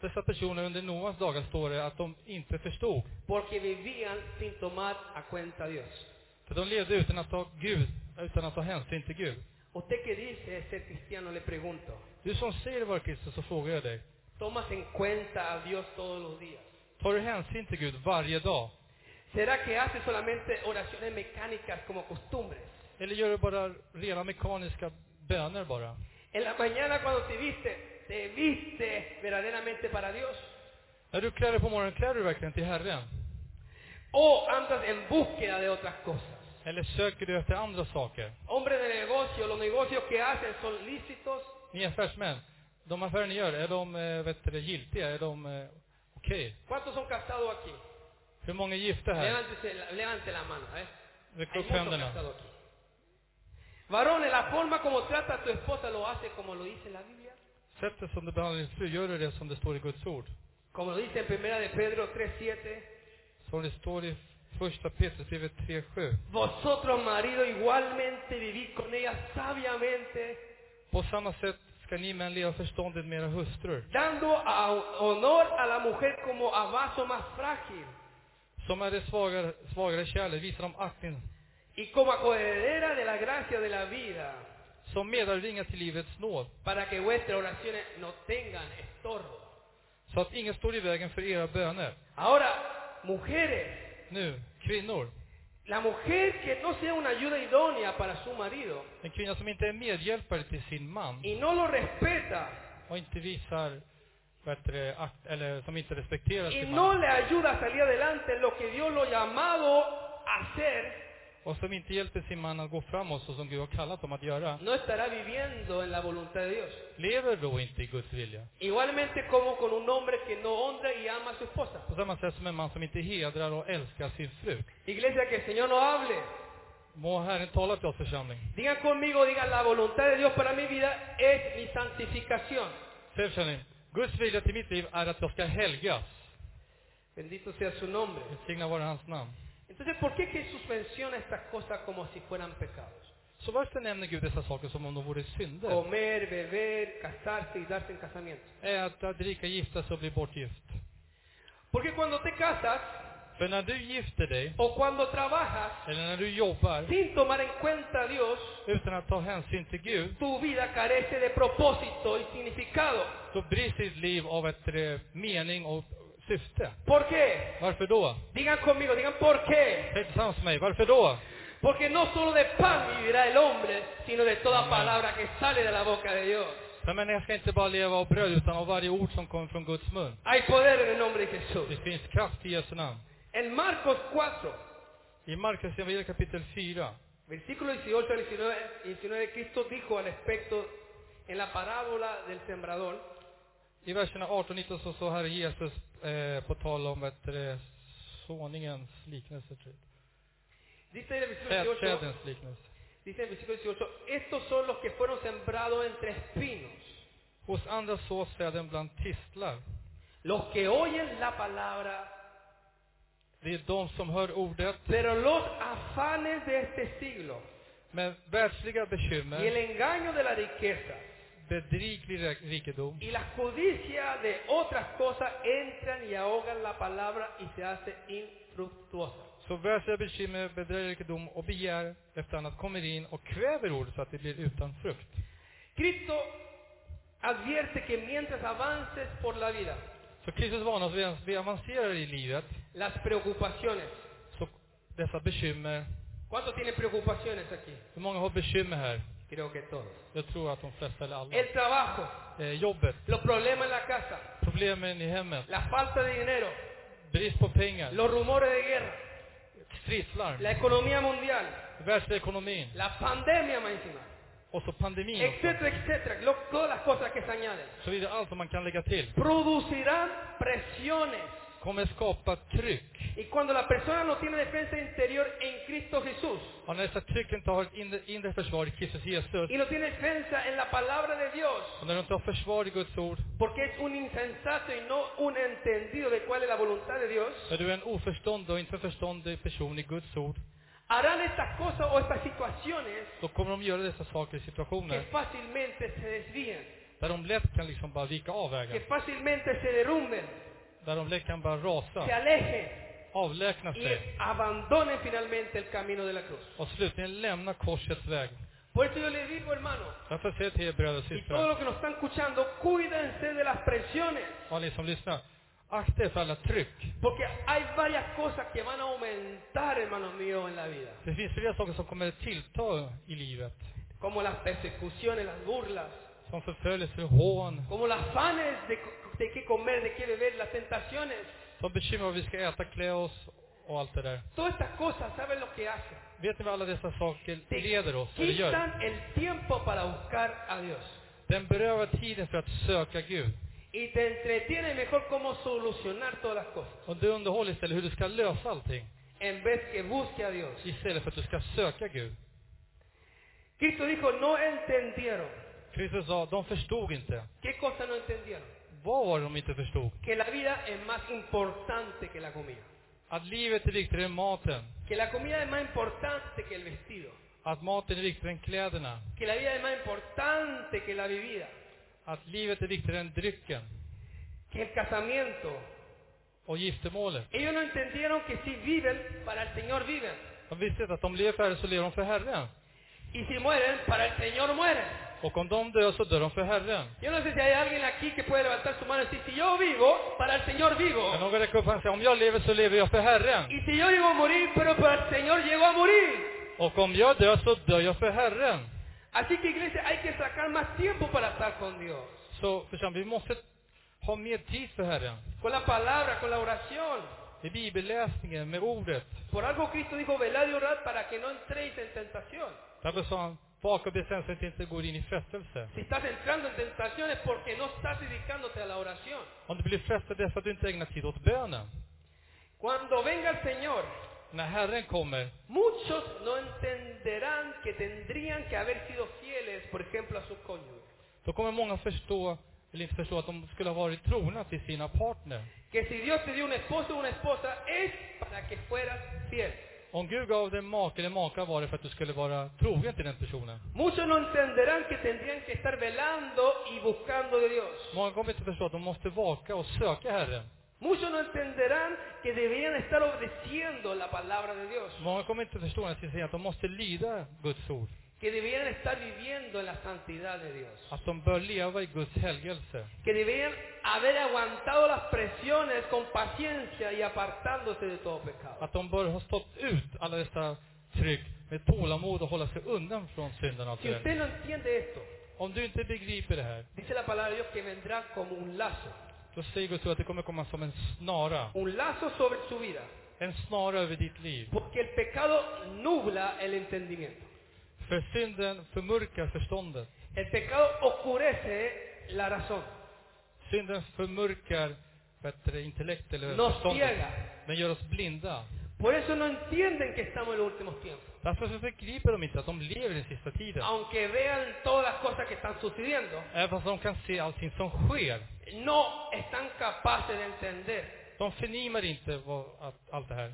Dessa personer under Noas dagar står det att de inte förstod.
porque vivían sin tomar a cuenta a Dios.
För de levde utan att ta Gud, utan att ta hänsyn till Gud.
Usted que dice ser cristiano, le pregunto,
Du som säger vara kristen så frågar jag dig.
¿tomas en cuenta a Dios todos los días?
Tar du hänsyn till Gud varje dag?
¿Será que hace solamente oraciones mecánicas como costumbres?
Eller gör du bara rena mekaniska böner bara?
En la mañana cuando te viste, te viste verdaderamente para Dios.
När du klär dig på morgonen, klär du dig verkligen till Herren?
O andas en búsqueda de otras cosas.
Eller söker du efter andra saker?
Hombres de negocio, los negocios que hacen son lícitos,
Ni är affärsmän. De affärer ni gör, är de eh, vet du, det, giltiga? Är de eh, okej?
¿Cuántos son casados aquí?
Hur många är gifta här?
Levántese la- levante la mano, ¿eh?
Räck
Hay
upp
muchos
händerna.
casados aquí. Varones, la forma como trata a tu esposa lo hace como lo dice la Biblia.
Sätt dig som du behandlar din fru, gör du det som det står i Guds ord.
Como lo dice en primera de Pedro 3.7.
Som det står i första Petrusbrevet 3.7.
Vosotros, marido, igualmente vivid con ella sabiamente,
På samma sätt ska ni män leva förståndigt med era hustrur,
dando a- honor a la mujer como a vaso más frágil
som är det svagare, svagare kärlek, visa dem aktning,
y como acoheredera de la gracia de la vida,
som medarvingar till livets nåd,
para que vuestras oraciones no tengan estorbo.
så att ingen står i vägen för era böner.
Ahora, mujeres,
Nu, kvinnor,
la mujer que no sea una ayuda idónea para su marido
en kvinna som inte är medhjälpare till sin man
y no lo respeta
och inte visar bättre akt, eller som inte respekterar
y
sin
no
man
le ayuda a salir adelante en lo que Dios lo ha llamado a hacer,
och som inte hjälper sin man att gå framåt så som Gud har kallat dem att göra,
no estará viviendo en la voluntad de Dios.
lever då inte i Guds vilja.
Igualmente como con un hombre que no honra y ama a su esposa.
På samma sätt som en man som inte hedrar och älskar sin fru.
Iglesia, que el Señor no hable.
Må Herren tala till oss församling.
Digan conmigo, digan, la voluntad de Dios para mi vida es mi santificación.
Säg församling, Guds vilja till mitt liv är att jag ska helgas.
Bendito sea su nombre.
Välsignad vare hans namn.
Entonces, ¿por qué Jesús menciona estas cosas como si fueran pecados?
Så varför nämner Gud dessa saker som om de vore synder?
Comer, beber, casarse y darse en casamiento.
Äta, dricka, gifta sig och bli bortgift.
Porque cuando te casas
För när du gifter dig,
o cuando trabajas
eller när du jobbar,
sin tomar en cuenta a Dios,
utan att ta hänsyn till Gud,
tu vida carece de propósito y significado.
då brister ditt liv av ett eh, mening och syfte.
¿Por qué?
Varför då?
Digan conmigo, digan por qué.
Säg tillsammans med mig, varför då?
Porque no solo de pan vivirá el hombre, sino de toda
Amén.
palabra que sale de la boca de Dios.
Jag menar, jag ska inte bara leva av bröd, utan av varje ord som kommer från Guds mun.
Hay poder en el nombre de Jesús.
Det finns kraft i Jesu namn.
En Marcos 4,
I Markus evangeliet kapitel 4,
versículo 18 al 19, 19, Cristo dijo al respecto en la parábola del sembrador,
I verserna 18 och 19 så står Herre Jesus eh, på tal om ett, eh, såningens liknelse. tror jag.
dice en el versículo
Träd,
18,
trädens liknelse.
dice en el versículo 18, estos son los que fueron sembrados entre espinos,
Hos andra sås träden bland tistlar.
los que oyen la palabra,
Det är de som hör ordet,
pero los afanes de este siglo
men världsliga
y el
bekymmer,
engaño de la riqueza
bedriklig rik- rikedom
Y la codicia de otras cosas entran y ahogan la palabra y se hace infructuosa.
så världsliga bekymmer, bedräglig rikedom och begär efter annat kommer in och kväver ordet så att det blir utan frukt.
Cristo advierte que mientras avances por la vida,
Så Kristus varnar oss, medan vi avancerar i livet,
las preocupaciones,
så dessa bekymmer,
¿cuántos tienen preocupaciones aquí?
hur många har bekymmer här?
Creo que todos.
Jag tror att de flesta eller alla.
El trabajo,
Eh, jobbet,
los problemas en la casa,
problemen i hemmet,
la falta de dinero,
brist på pengar,
los rumores de guerra,
stridslarm,
la economía mundial,
världsekonomin
la pandemia más encima,
och så pandemin också.
etcétera, etcétera, lo- todas las cosas que se añaden,
Så vidare, allt som man kan lägga till
producirán presiones.
kommer skapa tryck.
Y cuando la persona no tiene defensa interior en Cristo Jesús
Och när dessa tryck inte har ett inre, inre försvar i Kristus Jesus,
y no tiene defensa en la palabra de Dios,
och när du inte har försvar i Guds ord,
porque es un insensato y no un entendido de cuál es la voluntad de Dios,
när du är en oförståndig och inte förståndig person i Guds ord,
harán estas cosas o estas situaciones
då kommer de göra dessa saker i
que
situationer
fácilmente se desvíen,
där de lätt kan liksom bara vika av
que
vägen.
fácilmente se derrumben,
Där de lätt kan bara
se
rasa,
alejen
avlägsna
y
sig
abandonen finalmente el camino de la cruz.
och slutligen lämna korsets väg.
Por eso yo les digo, hermano,
Därför säger jag till er bröder och
y todos
systrar,
los que nos están escuchando, cuídense de las presiones,
och ni som lyssnar, akta er för alla tryck.
porque hay varias cosas que van a aumentar, hermanos míos, en la vida,
Det finns flera saker som kommer att tillta i livet.
como las persecuciones, las burlas,
Som förföljelse, hån,
como los afanes de, de qué comer, de qué beber, las tentaciones.
som bekymrar vad vi ska äta, klä oss och allt det där.
Todas estas cosas, ¿saben lo que hacen?
Vet ni vad alla dessa saker
Te
leder oss eller gör?
quitan el tiempo para buscar a Dios.
Den berövar tiden för att söka Gud.
Y te entretiene mejor cómo solucionar todas las cosas.
Och du underhåller istället hur du ska lösa allting.
En vez que busque a Dios.
Istället för att du ska söka Gud.
Cristo dijo, no entendieron.
Kristus sa, de förstod inte.
¿Qué cosa no entendieron?
Vad var det de inte förstod?
Que la vida es más importante que la comida.
Att livet är viktigare än maten.
Que la comida es más importante que el vestido.
Att maten är viktigare än kläderna.
Que la vida es más importante que la bebida.
Att livet är viktigare än drycken.
Que el casamiento.
Och giftermålet.
Ellos no entendieron que si viven, para el Señor viven.
De visste inte att om de lever för Herren så lever de för Herren.
Y si mueren, para el Señor mueren.
Och om de dör så dör de för Herren.
Yo no sé si hay alguien aquí que puede levantar su mano y decir, si yo vivo, para el Señor
Kan
vivo.
någon räcka upp handen och säga, om jag lever så lever jag för Herren.
Y si yo llego a morir, pero para el Señor llego a morir.
Och om jag dör så dör jag för Herren.
Así que iglesia, hay que sacar más tiempo para estar con Dios.
Så församling, vi måste ha mer tid för Herren.
Con la palabra, con la oración.
I bibelläsningen, med ordet.
Por algo Cristo dijo, velad y orad para que no entréis en tentación.
Därför sa han, baka och bestäm så att det inte går in i frestelse.
Si estás entrando en tentación es porque no estás dedicándote a la oración.
Om du blir frestad det är för att du inte ägnar tid åt bönen.
Cuando venga el Señor,
När Herren kommer
muchos no entenderán que tendrían que haber sido fieles, por ejemplo, a sus cónyuges.
Då kommer många förstå, eller inte förstå, att de skulle ha varit trogna till sina partner.
que si Dios te dio un esposo o una esposa es para que fueras fiel.
Om Gud gav dig en make eller maka var det för att du skulle vara trogen till den personen.
Muchos no entenderán que tendrían que estar velando y buscando de Dios.
Många kommer inte förstå att de måste vaka och söka Herren.
Muchos no entenderán que deberían estar obedeciendo la palabra de Dios,
Många kommer inte förstå när jag ska säga att de måste lyda Guds ord.
que deberían estar viviendo en la santidad de Dios,
Att de bör leva i Guds helgelse.
que deberían haber aguantado las presiones con paciencia y apartándose de todo pecado.
Att de bör ha stått ut alla dessa tryck med tålamod och hålla sig undan från synderna. och allt
Si
det
usted
där.
no entiende esto,
Om du inte begriper det här,
dice la palabra de Dios que vendrá como un lazo,
då säger Guds ord att det kommer komma som en snara.
un lazo sobre su vida,
En snara över ditt liv.
Porque el pecado nubla el entendimiento.
För synden förmörkar förståndet.
El pecado oscurece la razón.
Synden förmörkar bättre intellekt eller
Nos
förståndet.
ciega.
Den gör oss blinda.
Por eso no entienden que estamos en los últimos tiempos.
Därför så begriper de inte att de lever i den sista tiden.
Aunque vean todas las cosas que están sucediendo,
Även fast de kan se allting som sker.
no están capaces de entender.
De förnimar inte vad, att, allt det här.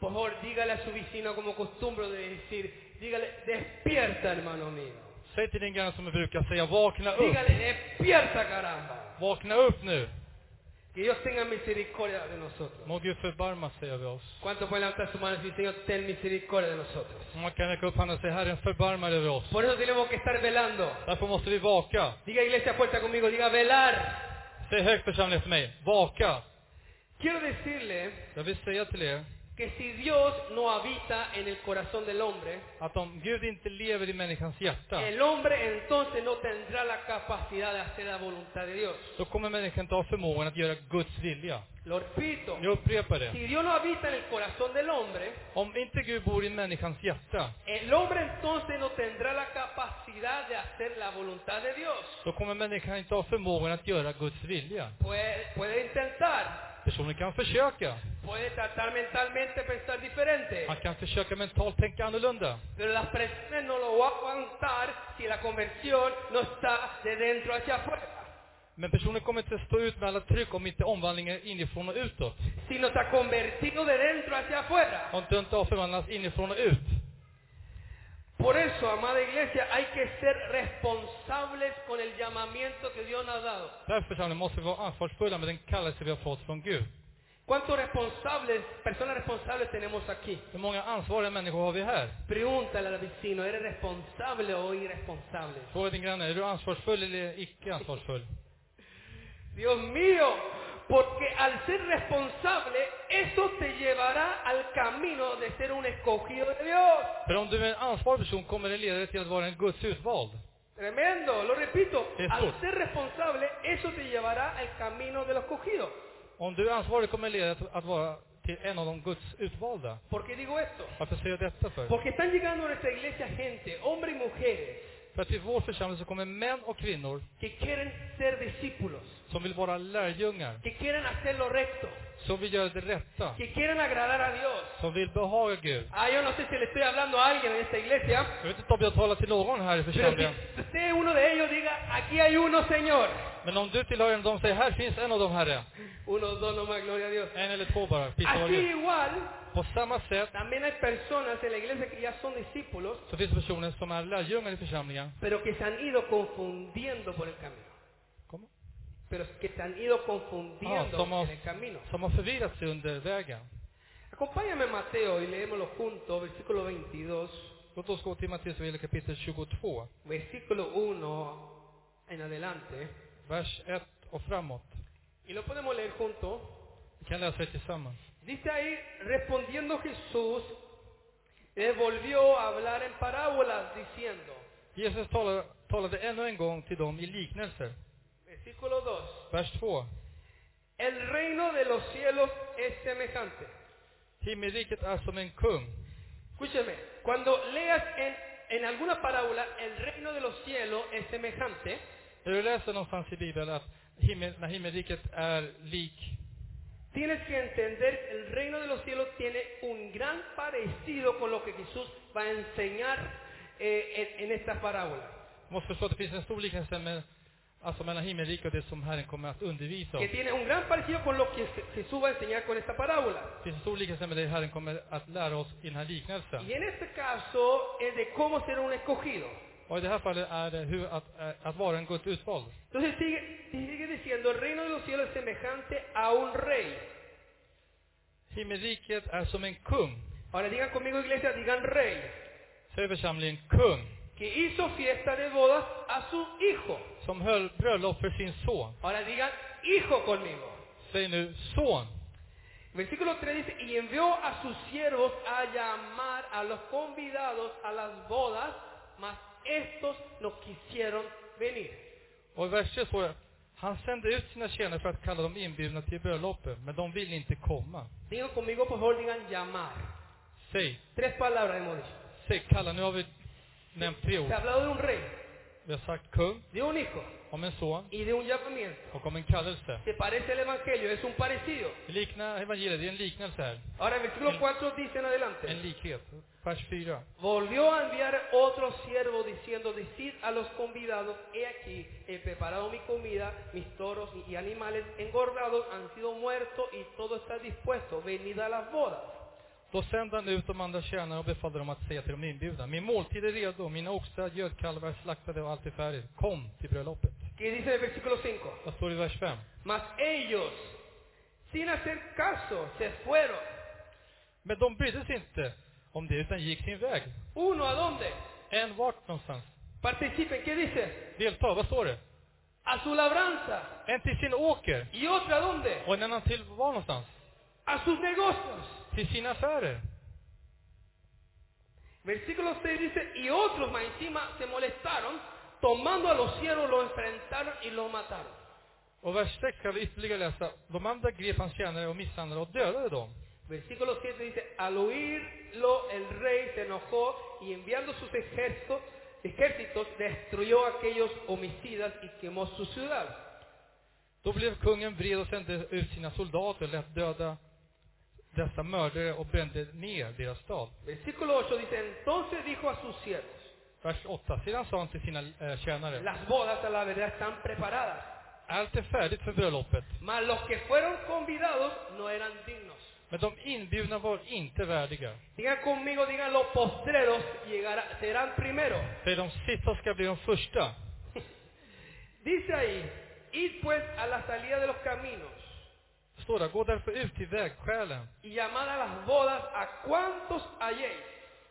Por favor, dígale a su vecino como costumbre de decir, dígale, despierta hermano mío.
Säg till din granne som jag brukar säga, vakna upp!
Dígale, despierta caramba.
Vakna upp nu!
Que Dios tenga misericordia de nosotros.
Må Gud förbarma sig över oss.
¿Cuánto puede levantar su mano y decir, Señor, ten misericordia de nosotros?
Man kan räcka upp handen och säga, Herren förbarma dig över oss.
Por eso tenemos que estar velando.
Därför måste vi vaka.
Diga iglesia fuerte conmigo, diga velar.
Säg högt församling för mig, vaka!
Quiero decirle
Jag vill säga till er
que si Dios no habita en el corazón del hombre,
Att om Gud inte lever i människans hjärta,
el hombre entonces no tendrá la capacidad de hacer la voluntad de Dios.
då kommer människan inte ha förmågan att göra Guds vilja.
Lo repito,
Jag upprepar det.
si Dios no habita en el corazón del hombre,
Om inte Gud bor i människans hjärta,
el hombre entonces no tendrá la capacidad de hacer la voluntad de Dios.
då kommer människan inte ha förmågan att göra Guds vilja.
Puede, puede intentar,
Personen kan försöka.
puede tratar mentalmente pensar diferente,
Han kan försöka mentalt tänka annorlunda.
pero las presiones no lo va a aguantar si la conversión no está de dentro hacia afuera.
Men personen kommer inte stå ut med alla tryck om inte omvandlingen är inifrån och utåt.
Si no está convertido de dentro hacia afuera.
Om du inte har förvandlats inifrån och ut.
Por eso, amada iglesia, hay que ser responsables con el llamamiento que Dios nos ha dado.
Därför församlingen måste vi vara ansvarsfulla med den kallelse vi har fått från Gud.
¿Cuántos responsables, personas responsables tenemos aquí?
Hur många ansvariga människor har vi här?
Pregúntale al vecino, ¿eres responsable o irresponsable?
Fråga din granne, är du ansvarsfull eller icke ansvarsfull?
Dios mío, porque al ser responsable, eso te llevará al camino de ser un escogido de Dios.
För om du är en ansvarig person kommer det leda dig till att vara en Guds utvald.
Tremendo, lo repito,
Eso.
al ser responsable, eso te llevará al camino de los escogidos.
Om du är ansvarig kommer det leda dig att vara till en av de Guds utvalda.
¿Por qué digo esto?
Varför säger jag detta för?
Porque están llegando a nuestra iglesia gente, hombres y mujeres,
För att i vår församling så kommer män och kvinnor
que quieren ser discípulos,
som vill vara lärjungar,
que quieren hacer lo recto,
som vill göra det rätta,
que quieren agradar a Dios.
som vill behaga Gud.
Ah, yo no sé si le estoy hablando a alguien en esta iglesia,
Jag vet inte om jag talar till någon här i
pero
församlingen,
si usted es uno de ellos, diga, aquí hay uno, Señor.
men om du tillhör en av dem, säg här finns en av dem, Herre.
Uno, dos nomás, gloria a Dios.
En eller två bara, prisa vare
Así
Gud.
igual,
På samma sätt
también hay personas en la iglesia que ya son discípulos,
så finns det personer som är lärjungar i församlingen.
pero que se han ido confundiendo por el camino.
Kom.
Pero que se han ido
Ja,
confundiendo
som, har,
en el camino.
som har förvirrat sig under vägen.
Acompáñame a Mateo y leémoslo juntos, versículo 22.
Låt oss gå till Matteus evangelium kapitel 22,
versículo 1 en adelante,
vers 1 och framåt.
y lo podemos leer junto,
Vi kan läsa det tillsammans.
dice ahí, respondiendo Jesús, le volvió a hablar en parábolas diciendo,
Jesus talade, talade ännu en gång till dem i liknelser.
versículo 2,
Vers 2.
el reino de los cielos es semejante.
Himmelriket är som en kung.
Escúcheme, cuando leas en, en alguna parábola, el reino de los cielos es semejante,
När du läser någonstans i Bibeln att himmel, när himmelriket är lik,
tienes que entender, el reino de los cielos tiene un gran parecido con lo que Jesús va a enseñar eh, en, en esta parábola.
måste förstå att det finns en stor liknelse med, alltså mellan himmelriket och det som Herren kommer att undervisa om.
que tiene un gran parecido con lo que Je- Jesús va a enseñar con esta parábola.
Det finns en stor liknelse med det Herren kommer att lära oss i den här
Y
liknelsen.
en este caso es de cómo ser un escogido.
Och i det här fallet är det hur att, eh, att vara en Guds utvald.
Entonces sigue, sigue diciendo, el reino de los cielos es semejante a un rey.
Himmelriket är som en kung.
Ahora digan conmigo iglesia, digan rey,
Säger församlingen kung.
que hizo fiesta de bodas a su hijo.
Som höll bröllop för sin son.
Ahora digan hijo conmigo.
Säg nu son.
Versículo 3 dice, y envió a sus siervos a llamar a los convidados a las bodas, mas estos no quisieron venir.
Och i vers 3 står det. Han sände ut sina tjänare för att kalla de inbjudna till bröllopet, men de ville inte komma.
Digan conmigo, por favor, digan llamar.
Säg,
Tres palabras hemos dicho.
säg kalla. Nu har vi nämnt tre
Se ha
ord.
hablado de un rey,
Vi har sagt kung,
de un hijo
om en son
y de un llamamiento.
och om en kallelse.
Se parece al evangelio, es un parecido.
Det liknar evangeliet, det är en liknelse här.
Ahora, el versículo 4 dice en
En
adelante:
likhet. Vers 4.
Volvió a enviar otro siervo diciendo: Decid a los convidados, he aquí, he preparado mi comida, mis toros y animales engordados han sido muertos y todo está dispuesto. Venid a las bodas.
Då sände han ut de andra tjänarna och befallde dem att säga till de inbjudna. Min måltid är redo, mina oxar, gödkalvar slaktade och allt är färdigt. Kom till bröllopet.
¿Qué dice el versículo 5?
Vad står det i vers 5?
Mas ellos, sin hacer caso, se fueron.
Men de brydde sig inte om det utan gick sin väg.
¿Uno a dónde?
En vart någonstans?
Participen, ¿qué dice?
Delta, vad står det?
A su labranza.
En till sin åker
¿Y otro a dónde?
och en annan till var någonstans?
a sus negocios.
till sina affärer.
Versículo 6 dice, y otros más encima se molestaron, tomando a los siervos los enfrentaron y los mataron.
Och vers 6 kan vi ytterligare läsa. De andra grep hans tjänare och misshandlade och dödade dem.
Versículo 7 dice, al oírlo el rey se enojó y enviando sus ejércitos, ejércitos destruyó a aquellos homicidas y quemó su ciudad.
Då blev kungen vred och sände ut sina soldater och lät döda dessa mördare och brände ner deras stad.
Versículo 8 dice, entonces dijo a sus siervos,
Vers 8. Sedan sa han till sina eh, tjänare.
las bodas a la verdad están preparadas,
Allt är färdigt för bröllopet.
mas los que fueron convidados no eran dignos.
Men de inbjudna var inte värdiga.
Digan conmigo, digan los postreros llegará- serán primero.
För de sista ska bli de första.
Dice ahí, id pues a la salida de los caminos
Står det. Gå därför ut till vägskälen
y llamad a las bodas a cuantos halléis.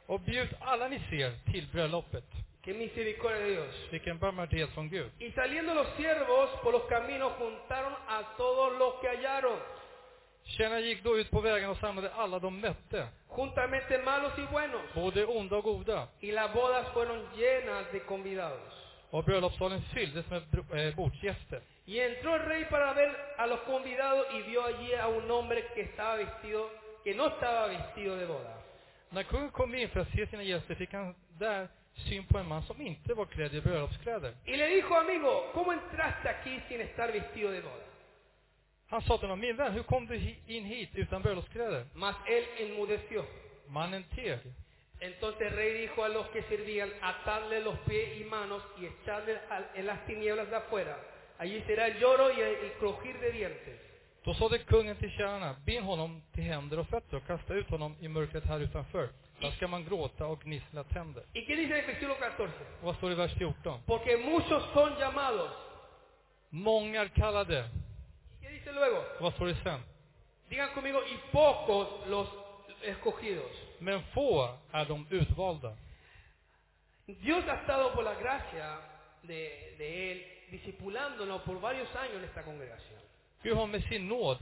och bjud alla ni ser till bröllopet.
Qué misericordia de Dios.
Vilken barmhärtighet från Gud.
Y saliendo los siervos por los caminos juntaron a todos los que hallaron,
Tjänarna gick då ut på vägen och samlade alla de mötte,
juntamente malos y buenos.
både onda och goda.
Y las bodas fueron llenas de convidados.
Och bröllopssalen fylldes med bro- eh, bordsgäster.
Y entró el rey para ver a los convidados y vio allí a un hombre que estaba vestido, que no estaba vestido de boda.
När kungen kom in för att se sina gäster fick han där syn på en man som inte var klädd i bröllopskläder.
Y le dijo, amigo, ¿cómo entraste aquí sin estar vestido de boda?
Han sa till honom, min vän, hur kom du hi- in hit utan bröllopskläder?
Mas él enmudeció.
Mannen teg.
Entonces el rey dijo a los que servían, atadle los pies y manos y echadle al- en las tinieblas de afuera. Allí será el lloro y el, el crujir de dientes.
Då sade kungen till tjänarna, bind honom till händer och fötter och kasta ut honom i mörkret här utanför. Där ska man gråta och gnissla tänder.
¿Y qué dice el versículo 14?
Och Vad står det i vers 14?
Porque muchos son llamados.
Många är kallade.
¿Y ¿Qué dice luego?
Och Vad står det sen?
Digan conmigo, y pocos los escogidos.
Men få är de utvalda.
Dios ha estado por la gracia de, de Él discipulándonos por varios años en esta congregación
Gud har med sin nåd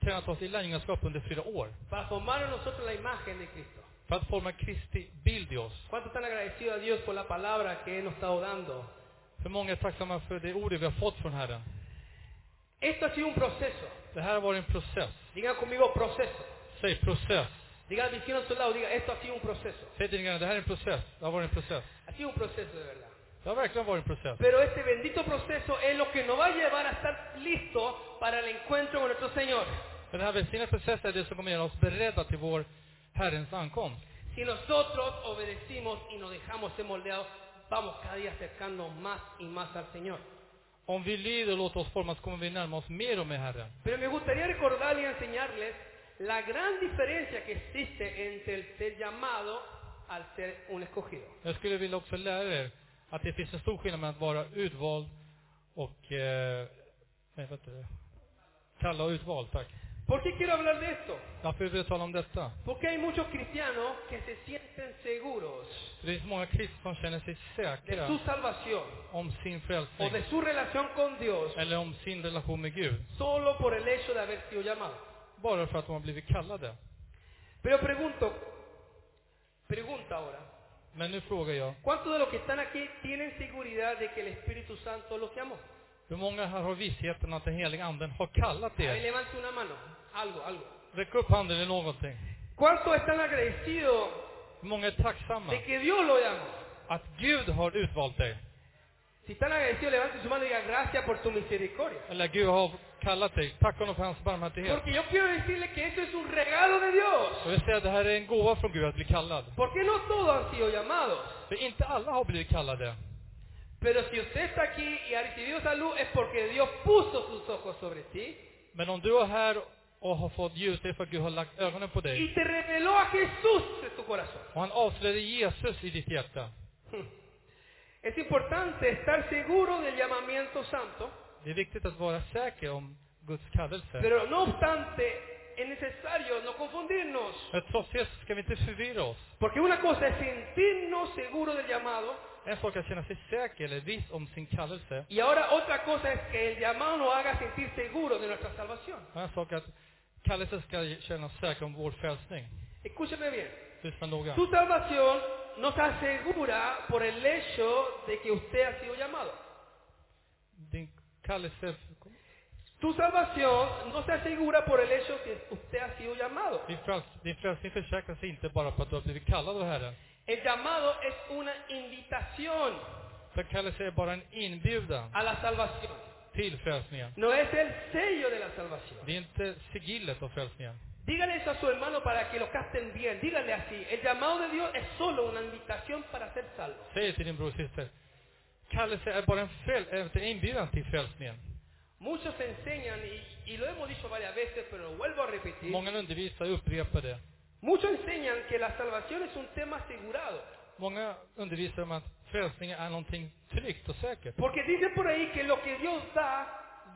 tränat oss i lärjungaskap under fyra år
para formar en nosotros la imagen de Cristo.
för att forma Kristi bild i oss.
¿Cuánto están agradecidos a Dios por la palabra que Él nos ha estado dando?
För många är tacksamma för det ordet vi har fått från Herren.
Esto ha sido un proceso.
Det här har varit en process.
Digan conmigo proceso.
Säg process.
Digan diciendo a su lado, diga, esto ha sido un proceso.
Säg till din granne, det här är en process. Det har varit en process.
Ha sido un proceso de verdad.
Det har verkligen varit en process.
Pero este bendito proceso es lo que nos va a llevar a estar listos para el encuentro con nuestro Señor.
Men den här välsignade processen är det som kommer göra oss beredda till vår Herrens ankomst.
Si nosotros obedecimos y nos dejamos ser moldeados, vamos cada día acercándonos más y más al Señor.
Om vi lyder och låter oss formas kommer vi närma oss mer och mer Herren.
Pero me gustaría recordarles y enseñarles la gran diferencia que existe entre el ser llamado al ser un escogido.
Jag skulle vilja också lära er att det finns en stor skillnad mellan att vara utvald och... Eh, nej, vänta. Kalla och utvald, tack.
¿Por qué quiero hablar de esto?
Varför vill jag tala om detta?
Porque hay muchos cristianos que se sienten seguros
För det finns många kristna som känner sig
de su
säkra
salvación
om sin
o
frälsning
de su relación con Dios
eller om sin relation med Gud.
solo por el hecho de haber sido llamado.
Bara för att de har blivit kallade.
Pero pregunto, pregunta ahora,
Men nu frågar jag,
¿Cuántos de los que están aquí tienen seguridad de que el Espíritu Santo los llamó?
hur många här har vissheten att den heliga anden har kallat
Ahí
er?
levante una mano, algo, algo.
Räck upp handen eller någonting.
¿Cuántos están agradecidos
Hur många är tacksamma
de que Dios lo llamó?
att Gud har utvalt dig?
Si están agradecidos, levanten su mano y digan gracias por tu misericordia.
Eller Gud har kallat dig. Tack honom för hans barmhärtighet.
Porque yo quiero decirle que eso es un regalo de Dios.
Jag vill säga att det här är en gåva från Gud att bli kallad.
Porque no todos han sido llamados.
För inte alla har blivit kallade.
Pero si usted está aquí y ha recibido salud es porque Dios puso sus ojos sobre ti
Men om du är här och har fått ljus, det är för att Gud har lagt ögonen på dig.
y te reveló a Jesús de tu corazón.
Och han avslöjade Jesus i ditt hjärta.
Es importante estar seguro del llamamiento santo.
Det är viktigt att vara säker om Guds kallelse.
Pero no obstante, es necesario no confundirnos,
Men trots det så ska vi inte förvirra oss.
porque una cosa es sentirnos seguros del llamado
En sak är att känna sig säker eller viss om sin kallelse.
y ahora otra cosa es que el llamado nos haga sentir seguros de nuestra salvación.
En annan sak är att kallelse ska kännas säker om vår frälsning.
Escúchame bien.
Lyssna noga.
Tu salvación no se asegura por el hecho de que usted ha sido llamado.
Din kallelse,
Tu salvación no se asegura por el hecho de que usted ha sido llamado.
din, fräls, din frälsning försäkras inte bara på att du har blivit kallad av Herren.
El llamado es una invitación
För kallelse är bara en inbjudan
a la salvación.
till frälsningen.
No es el sello de la salvación.
Det är inte sigillet av frälsningen.
Dígale eso a su hermano para que lo capten bien. Dígale así. El llamado de Dios es solo una invitación para ser salvo.
Säg till din bror och syster, kallelse är bara en, fräl, är en inbjudan till frälsningen.
Muchos enseñan, y, y lo hemos dicho varias veces, pero lo vuelvo a repetir.
Många undervisare upprepar det.
Muchos enseñan que la salvación es un tema asegurado.
Många undervisar om att frälsningen är någonting tryggt och säkert.
Porque dicen por ahí que lo que Dios da,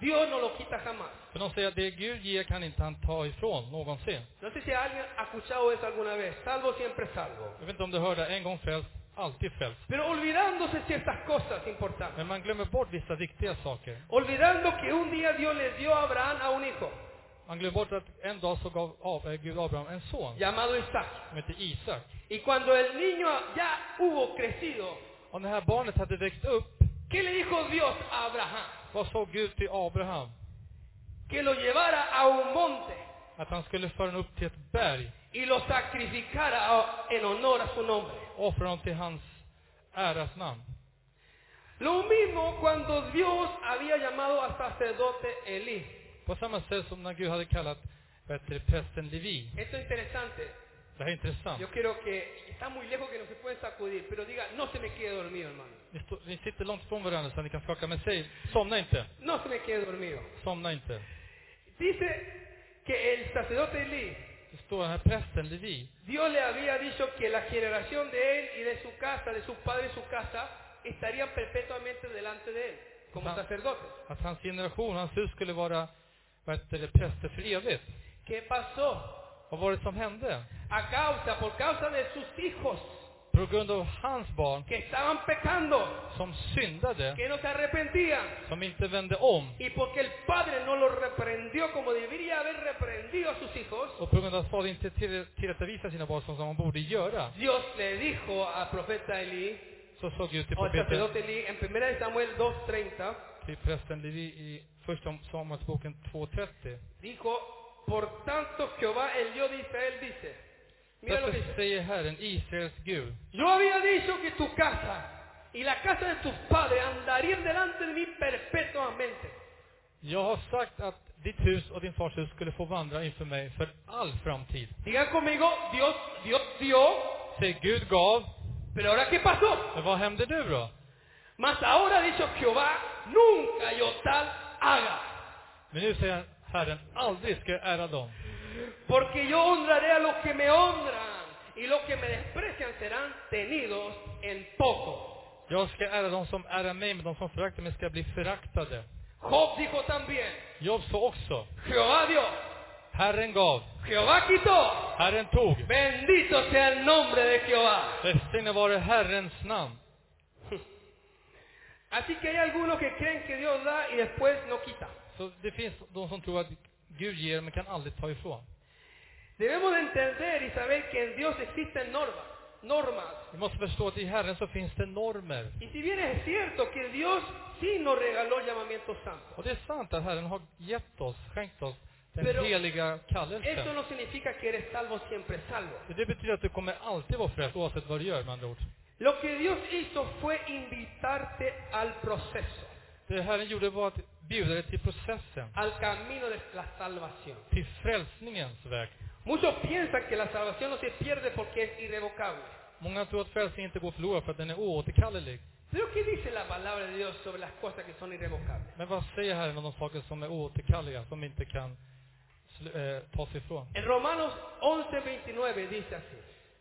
Dios no lo quita jamás.
För de säger att det Gud ger kan inte han ta ifrån någonsin.
No sé si alguien ha escuchado eso alguna vez. Salvo siempre es salvo.
Jag vet inte om du hörde, en gång frälst, alltid frälst.
Pero olvidándose ciertas cosas importantes.
Men man glömmer bort vissa viktiga saker.
Olvidando que un día Dios le dio a Abraham a un hijo,
Man glömmer bort att en dag så gav Ab- eh, Gud Abraham en son
llamado Isaac.
som hette Isak.
Y cuando el niño ya hubo crecido,
Om det här barnet hade växt upp,
¿qué le dijo Dios a Abraham?
vad sa Gud till Abraham?
Que lo llevara a un monte
Att han skulle föra honom upp till ett berg
y lo sacrificara a- en honor a su nombre.
och offra honom till hans äras namn.
Lo mismo cuando Dios había llamado al sacerdote Elí.
På samma sätt som när Gud hade kallat vad heter det, prästen Levi.
Esto es interesante.
Det här är intressant.
Yo quiero que está muy lejos que no se puede sacudir, pero diga, no se me quede dormido, hermano.
Ni, står- ni sitter långt ifrån varandra så ni kan skaka, men säg, somna inte.
No se me quede dormido.
Somna inte.
Dice que el sacerdote Elí,
Det står här, prästen Levi,
Dios le había dicho que la generación de él y de su casa, de sus padres y su casa, estarían perpetuamente delante de él, como
Ah.
sacerdotes.
att hans generation, hans hus skulle vara vad heter det, präster för evigt.
¿Qué pasó?
Vad var det som hände?
A causa, por causa de sus hijos
På grund av hans barn
que estaban pecando,
som syndade,
que no se arrepentían,
som inte vände om
Y porque el padre no lo reprendió como debería haber reprendido a sus hijos,
och på grund av att fadern inte till- tillrättavisade sina barn som han borde göra,
Dios le dijo al profeta Elí,
så sa Gud till,
o al
profeten,
sacerdote Elí, en 1 de Samuel 2.30,
till prästen Levi i första Samuelsboken 2.30.
dijo, por tanto Jehová, el Dios de Israel, dice, mira lo que
Därför
dice,
säger Herren, Israels Gud,
yo había dicho que tu casa y la casa de tus padres andarían delante de mí perpetuamente.
jag har sagt att ditt hus och din fars hus skulle få vandra inför mig för all framtid.
Digan conmigo, Dios, Dios dio,
Säg, Gud gav,
pero ahora ¿qué pasó?
men vad hände nu då?
Mas ahora ha dicho Jehová, nunca yo tal haga.
Men nu säger Herren, aldrig ska jag ära dem.
Porque yo honraré a los que me honran y los que me desprecian serán tenidos en poco.
Jag ska ära dem som ärar mig, men de som föraktar mig ska bli föraktade.
Job dijo también,
Jobb sa också,
Jehová dio,
Herren gav,
Jehová quitó,
Herren tog.
bendito sea el nombre de Jehová.
Välsignad vare Herrens namn.
Así que hay algunos que creen que Dios da y después no quita.
Så det finns de som tror att Gud ger men kan aldrig ta ifrån.
Debemos de entender y saber que en Dios existen normas, normas.
Vi måste förstå att i Herren så finns det normer.
Y si bien es cierto que Dios sí nos regaló llamamientos santos,
Och det är sant att Herren har gett oss, skänkt oss, den
Pero-
heliga
esto
kallelsen.
no significa que eres salvo siempre salvo.
Så Det betyder att du kommer alltid vara frälst oavsett vad du gör med andra ord.
Lo que Dios hizo fue invitarte al proceso,
Det Herren gjorde var att bjuda dig till processen,
al camino de la salvación.
till frälsningens väg.
Muchos piensan que la salvación no se pierde porque es irrevocable.
Många tror att frälsningen inte går förlorad för att den är oåterkallelig.
Pero ¿qué dice la palabra de Dios sobre las cosas que son irrevocables?
Men vad säger Herren om de saker som är oåterkalleliga, som inte kan sl- eh, tas ifrån?
En Romanos 11:29 dice así.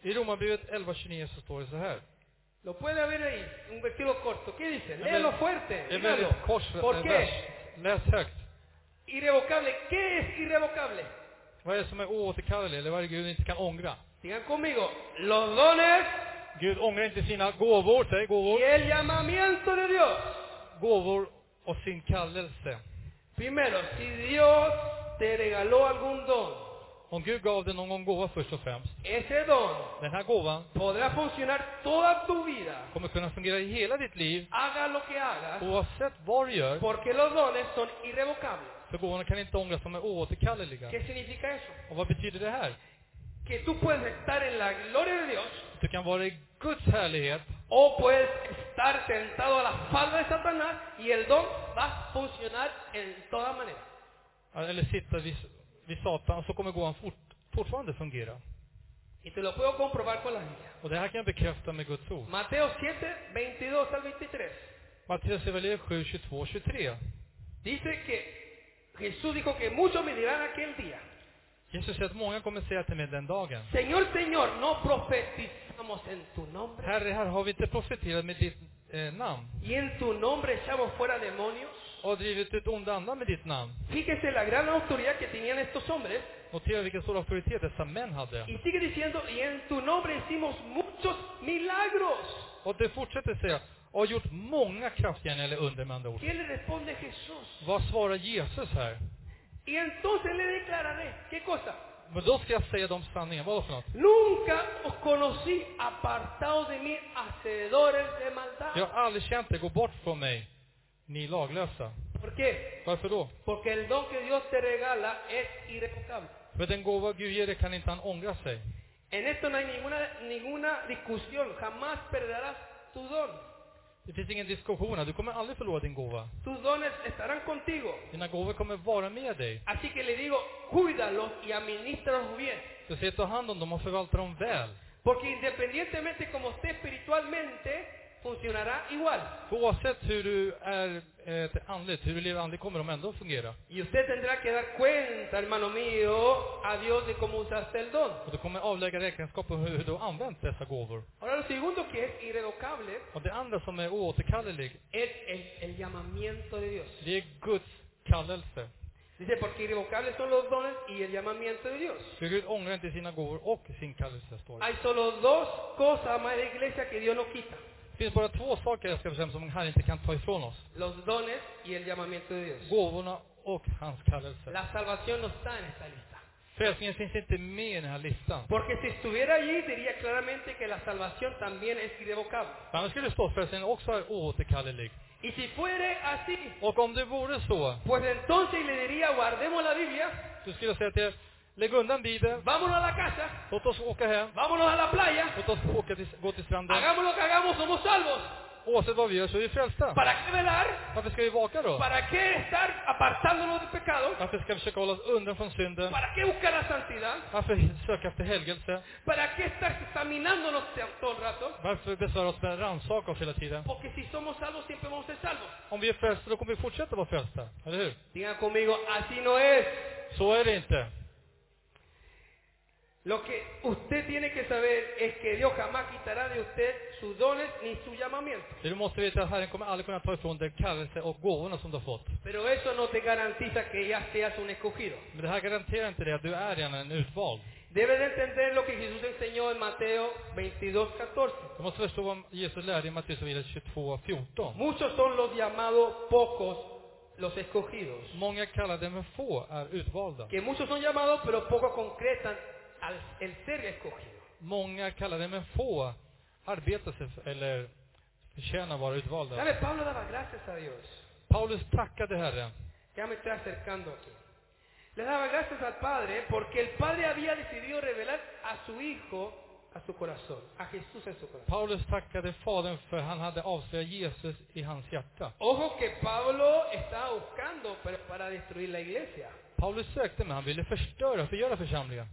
I Romarbrevet 11.29 så står det så här.
Lo puede ver ahí, un versículo corto. ¿Qué dice?
Det
Léalo fuerte.
är
dígalo.
väldigt kors,
¿Por
en
qué?
vers. Läs högt.
Irrevocable. ¿Qué es irrevocable?
Vad är det som är oåterkalleligt, eller vad är det Gud inte kan ångra?
Digan conmigo. Los dones
Gud ångrar inte sina gåvor, säg gåvor,
y el llamamiento de Dios.
gåvor och sin kallelse.
Primero, si Dios te regaló algún don,
Om Gud gav dig någon gåva först och främst,
ese don
den här gåvan
podrá funcionar toda tu vida.
kommer kunna fungera i hela ditt liv,
Haga lo que hagas,
oavsett vad du gör.
porque los dones son irrevocables.
För gåvorna kan inte ångras, de är oåterkalleliga.
¿Qué significa eso?
Och vad betyder det här?
Que tú puedes estar en la gloria de Dios
Du kan vara i Guds härlighet,
o puedes estar sentado a la falda de Satanás y el don va a funcionar en toda manera.
eller sitta vid, vid Satan, och så kommer gåvan fort, fortfarande fungera.
Y te lo puedo comprobar con la Biblia.
Och det här kan jag bekräfta med Guds ord.
Mateo 7, 22 al 23.
Matteus evangelium 7, 22, 23.
Dice que Jesús dijo que muchos me dirán aquel día,
Jesus säger att många kommer säga till mig den dagen.
Señor, Señor, no profetizamos en tu nombre.
Herre, här har vi inte profeterat med ditt eh, namn
Y en tu nombre echamos fuera demonios.
och drivit ut onda andar med ditt namn.
Fíjese la gran autoridad que tenían estos hombres.
Notera vilken stor auktoritet dessa män hade.
Y sigue diciendo, y en tu nombre hicimos muchos milagros.
Och det fortsätter säga, och gjort många kraftgärningar eller under med andra ord.
¿Qué le responde Jesús?
Vad svarar Jesus här?
Y entonces le declararé, ¿qué cosa?
Men då ska jag säga de sanningarna. Vad då för något?
Nunca os conocí apartados de mí, hacedores de maldad.
Jag har aldrig känt det. Gå bort från mig, ni laglösa.
¿Por qué?
Varför då?
Porque el don que Dios te regala es irrevocable.
För den gåva Gud ger dig kan inte han ångra sig.
En esto no hay ninguna, ninguna discusión. Jamás perderás tu don.
Det finns ingen diskussion här. Du kommer aldrig förlora din gåva.
Tus dones estarán contigo.
Dina gåvor kommer vara med dig.
Así que le digo, cuídalos y administralos bien.
Du ser ta hand om dem och förvalta dem väl.
Porque independientemente como esté espiritualmente, funcionará igual.
För oavsett hur du är eh, till andligt, hur du lever andligt, kommer de ändå att fungera.
Y usted tendrá que dar cuenta, hermano mío, a Dios de cómo usaste el don.
Och du kommer avlägga räkenskap om hur du har använt dessa gåvor.
Ahora lo segundo que es irrevocable
Och det andra som är oåterkalleligt,
es el- el llamamiento de Dios.
det är Guds kallelse.
Dice, porque irrevocables son los dones y el llamamiento de Dios.
För Gud ångrar inte sina gåvor och sin kallelse, står det.
Hay solo dos cosas, amada iglesia, que Dios no quita.
Det finns bara två saker, älskade församling, som Herren inte kan ta ifrån oss.
Los dones y el llamamiento de Dios.
Gåvorna och hans kallelse.
La salvación no está en esta lista.
Frälsningen finns inte med i den här listan.
Porque si estuviera allí, diría claramente que la salvación también es irrevocable.
Annars skulle det stå att frälsningen också är oåterkallelig.
Y si fuere así,
Och om det vore så,
pues entonces le diría, guardemos la Biblia,
du skulle jag säga till er, lägg undan Bibeln,
vámonos a la casa,
låt oss åka hem,
vámonos a la playa,
låt oss åka till, gå till stranden.
hagamos lo que hagamos, somos salvos.
Oavsett vad vi gör så är vi frälsta.
¿Para qué velar?
Varför ska vi vaka då?
¿Para qué estar apartándonos del pecado?
Varför ska vi försöka hålla oss undan från synden?
¿Para qué buscar la santidad?
Varför söka efter helgelse?
¿Para qué estar examinándonos todo el rato?
Varför besvära oss med att rannsaka oss hela tiden?
Porque si somos salvos, siempre vamos a ser salvos.
Om vi är frälsta, då kommer vi fortsätta vara frälsta. Eller hur?
Digan conmigo, así no es.
Så är det inte.
Lo que usted tiene que saber es que Dios jamás quitará de usted sus dones ni su llamamiento.
Det du måste veta är att Herren kommer aldrig kunna ta ifrån dig kallelse och gåvorna som du har fått.
Pero eso no te garantiza que ya seas un escogido.
Men det här garanterar inte det, att du är redan en utvald.
Debes de entender lo que Jesús enseñó en Mateo 22, 14.
Du måste förstå vad Jesus lärde i Matteus 22, 14.
Muchos son los llamados, pocos los escogidos.
Många kallade men få är utvalda.
Que muchos son llamados, pero pocos concretan al- el ser escogido.
Många kallade men få arbetar sig för, eller förtjänar vara utvalda.
¿Sabe? Pablo daba gracias a Dios.
Paulus tackade Herren.
Ya me estoy acercando aquí. Le daba gracias al Padre porque el Padre había decidido revelar a su Hijo a su corazón, a Jesús en su corazón.
Paulus tackade Fadern för han hade avslöjat Jesus i hans hjärta.
Ojo que Pablo estaba buscando pero para destruir la iglesia.
Paulus sökte men han ville förstöra, förgöra församlingen.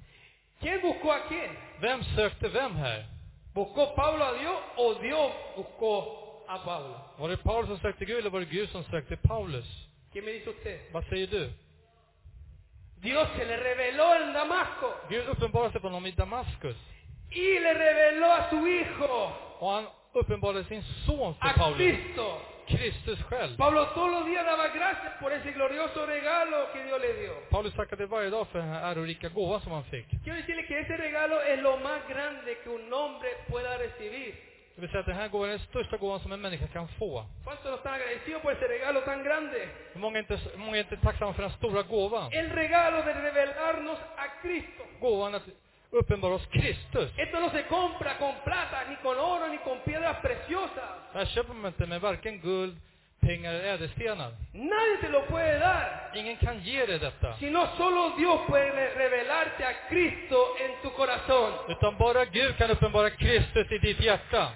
¿Quién buscó a quién?
Vem sökte vem här?
¿Buscó Pablo a Dios o Dios buscó a Pablo?
Var det Paulus som sökte Gud eller var det Gud som sökte Paulus?
¿Qué me dice usted?
Vad säger du?
Dios se le reveló en Damasco
Gud uppenbarade sig för honom i Damaskus.
y le reveló a su Hijo,
Och han uppenbarade sin son för
a
Paulus.
Cristo.
Kristus själv.
Pablo todos los días daba gracias por ese glorioso regalo que Dios le dio.
Paulus tackade varje dag för den här ärorika gåvan som han fick.
Quiero decirle que ese regalo es lo más grande que un hombre pueda recibir.
Det vill säga att den här gåvan är den största gåvan som en människa kan få.
¿Cuántos no están agradecidos por ese regalo tan grande?
Hur många är inte, hur många är inte tacksamma för den stora gåvan?
El regalo de revelarnos a Cristo.
Gåvan att uppenbara oss Kristus.
Esto no se compra con plata, ni con oro, ni con piedras preciosas.
Det här köper man inte med varken guld, pengar eller ädelstenar.
Nadie te lo puede dar,
Ingen kan ge dig detta.
sino solo Dios puede revelarte a Cristo en tu corazón.
Utan bara Gud kan uppenbara Kristus i ditt hjärta.